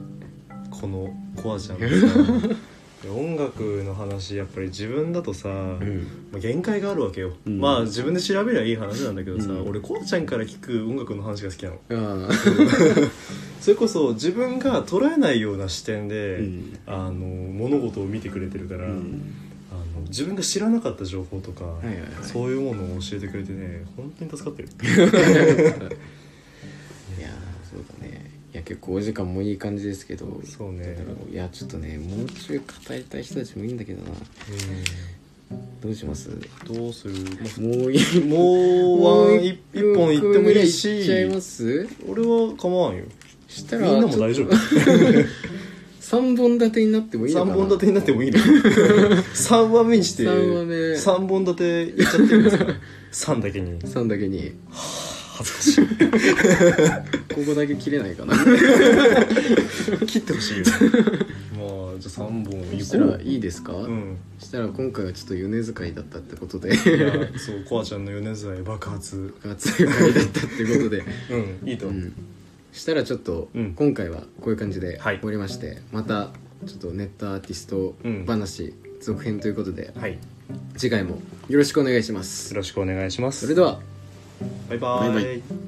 [SPEAKER 2] このコアちゃんのさ
[SPEAKER 1] <laughs>
[SPEAKER 2] いや音楽の話やっぱり自分だとさ、
[SPEAKER 1] ん
[SPEAKER 2] まあ限界があるわけよ、
[SPEAKER 1] うん
[SPEAKER 2] まあ自分で調べりゃいい話なんだけどさ、
[SPEAKER 1] うん
[SPEAKER 2] 俺コアちゃんから聞く音楽の話が好きなの
[SPEAKER 1] <laughs> ああ
[SPEAKER 2] それこそ自分が捉えないような視点で、
[SPEAKER 1] うん
[SPEAKER 2] あの物事を見てくれてるから、
[SPEAKER 1] うん
[SPEAKER 2] あの自分が知らなかった情報とか、
[SPEAKER 1] はいはいはい
[SPEAKER 2] そういうものを教えてくれてね本当に助かってる
[SPEAKER 1] <laughs> いやーそうだねいや結構お時間もいい感じですけど
[SPEAKER 2] そうね
[SPEAKER 1] いやちょっとねもうちょい語りたい人たちもいいんだけどなどうします
[SPEAKER 2] うんどうする
[SPEAKER 1] もういい
[SPEAKER 2] もうもう一一本いってもいい
[SPEAKER 1] いっ
[SPEAKER 2] し
[SPEAKER 1] ちゃいます
[SPEAKER 2] 俺は構わんよ
[SPEAKER 1] した
[SPEAKER 2] みん
[SPEAKER 1] ら
[SPEAKER 2] なも大丈夫 <laughs>
[SPEAKER 1] 3本立てになってもいいの
[SPEAKER 2] 3
[SPEAKER 1] かな
[SPEAKER 2] 本立てになってもいいの
[SPEAKER 1] <laughs>
[SPEAKER 2] 3話目にして
[SPEAKER 1] 三話目
[SPEAKER 2] 三本立ていっちゃってるんですか3だけに
[SPEAKER 1] 3だけに
[SPEAKER 2] 恥ずかし
[SPEAKER 1] ここだけ切れない <laughs> かな
[SPEAKER 2] い切って
[SPEAKER 1] <laughs>
[SPEAKER 2] ほしいよまあじゃあ3本い
[SPEAKER 1] した
[SPEAKER 2] こ
[SPEAKER 1] ら
[SPEAKER 2] う
[SPEAKER 1] いいですか、
[SPEAKER 2] うん
[SPEAKER 1] したら今回はちょっと米遣いだったってことで <laughs>
[SPEAKER 2] いやそうコアちゃんの米津愛爆発
[SPEAKER 1] 熱い会だったってことで、
[SPEAKER 2] うんいいと
[SPEAKER 1] う
[SPEAKER 2] 思う、
[SPEAKER 1] ん、したらちょっと
[SPEAKER 2] うん
[SPEAKER 1] 今回はこういう感じで
[SPEAKER 2] はい
[SPEAKER 1] 終わりまして、またちょっとネットアーティスト話続編ということで、
[SPEAKER 2] はいよ
[SPEAKER 1] 次回もよろしくお願いします
[SPEAKER 2] ろしくお願いします
[SPEAKER 1] それでは
[SPEAKER 2] バイバイ
[SPEAKER 1] バイバイ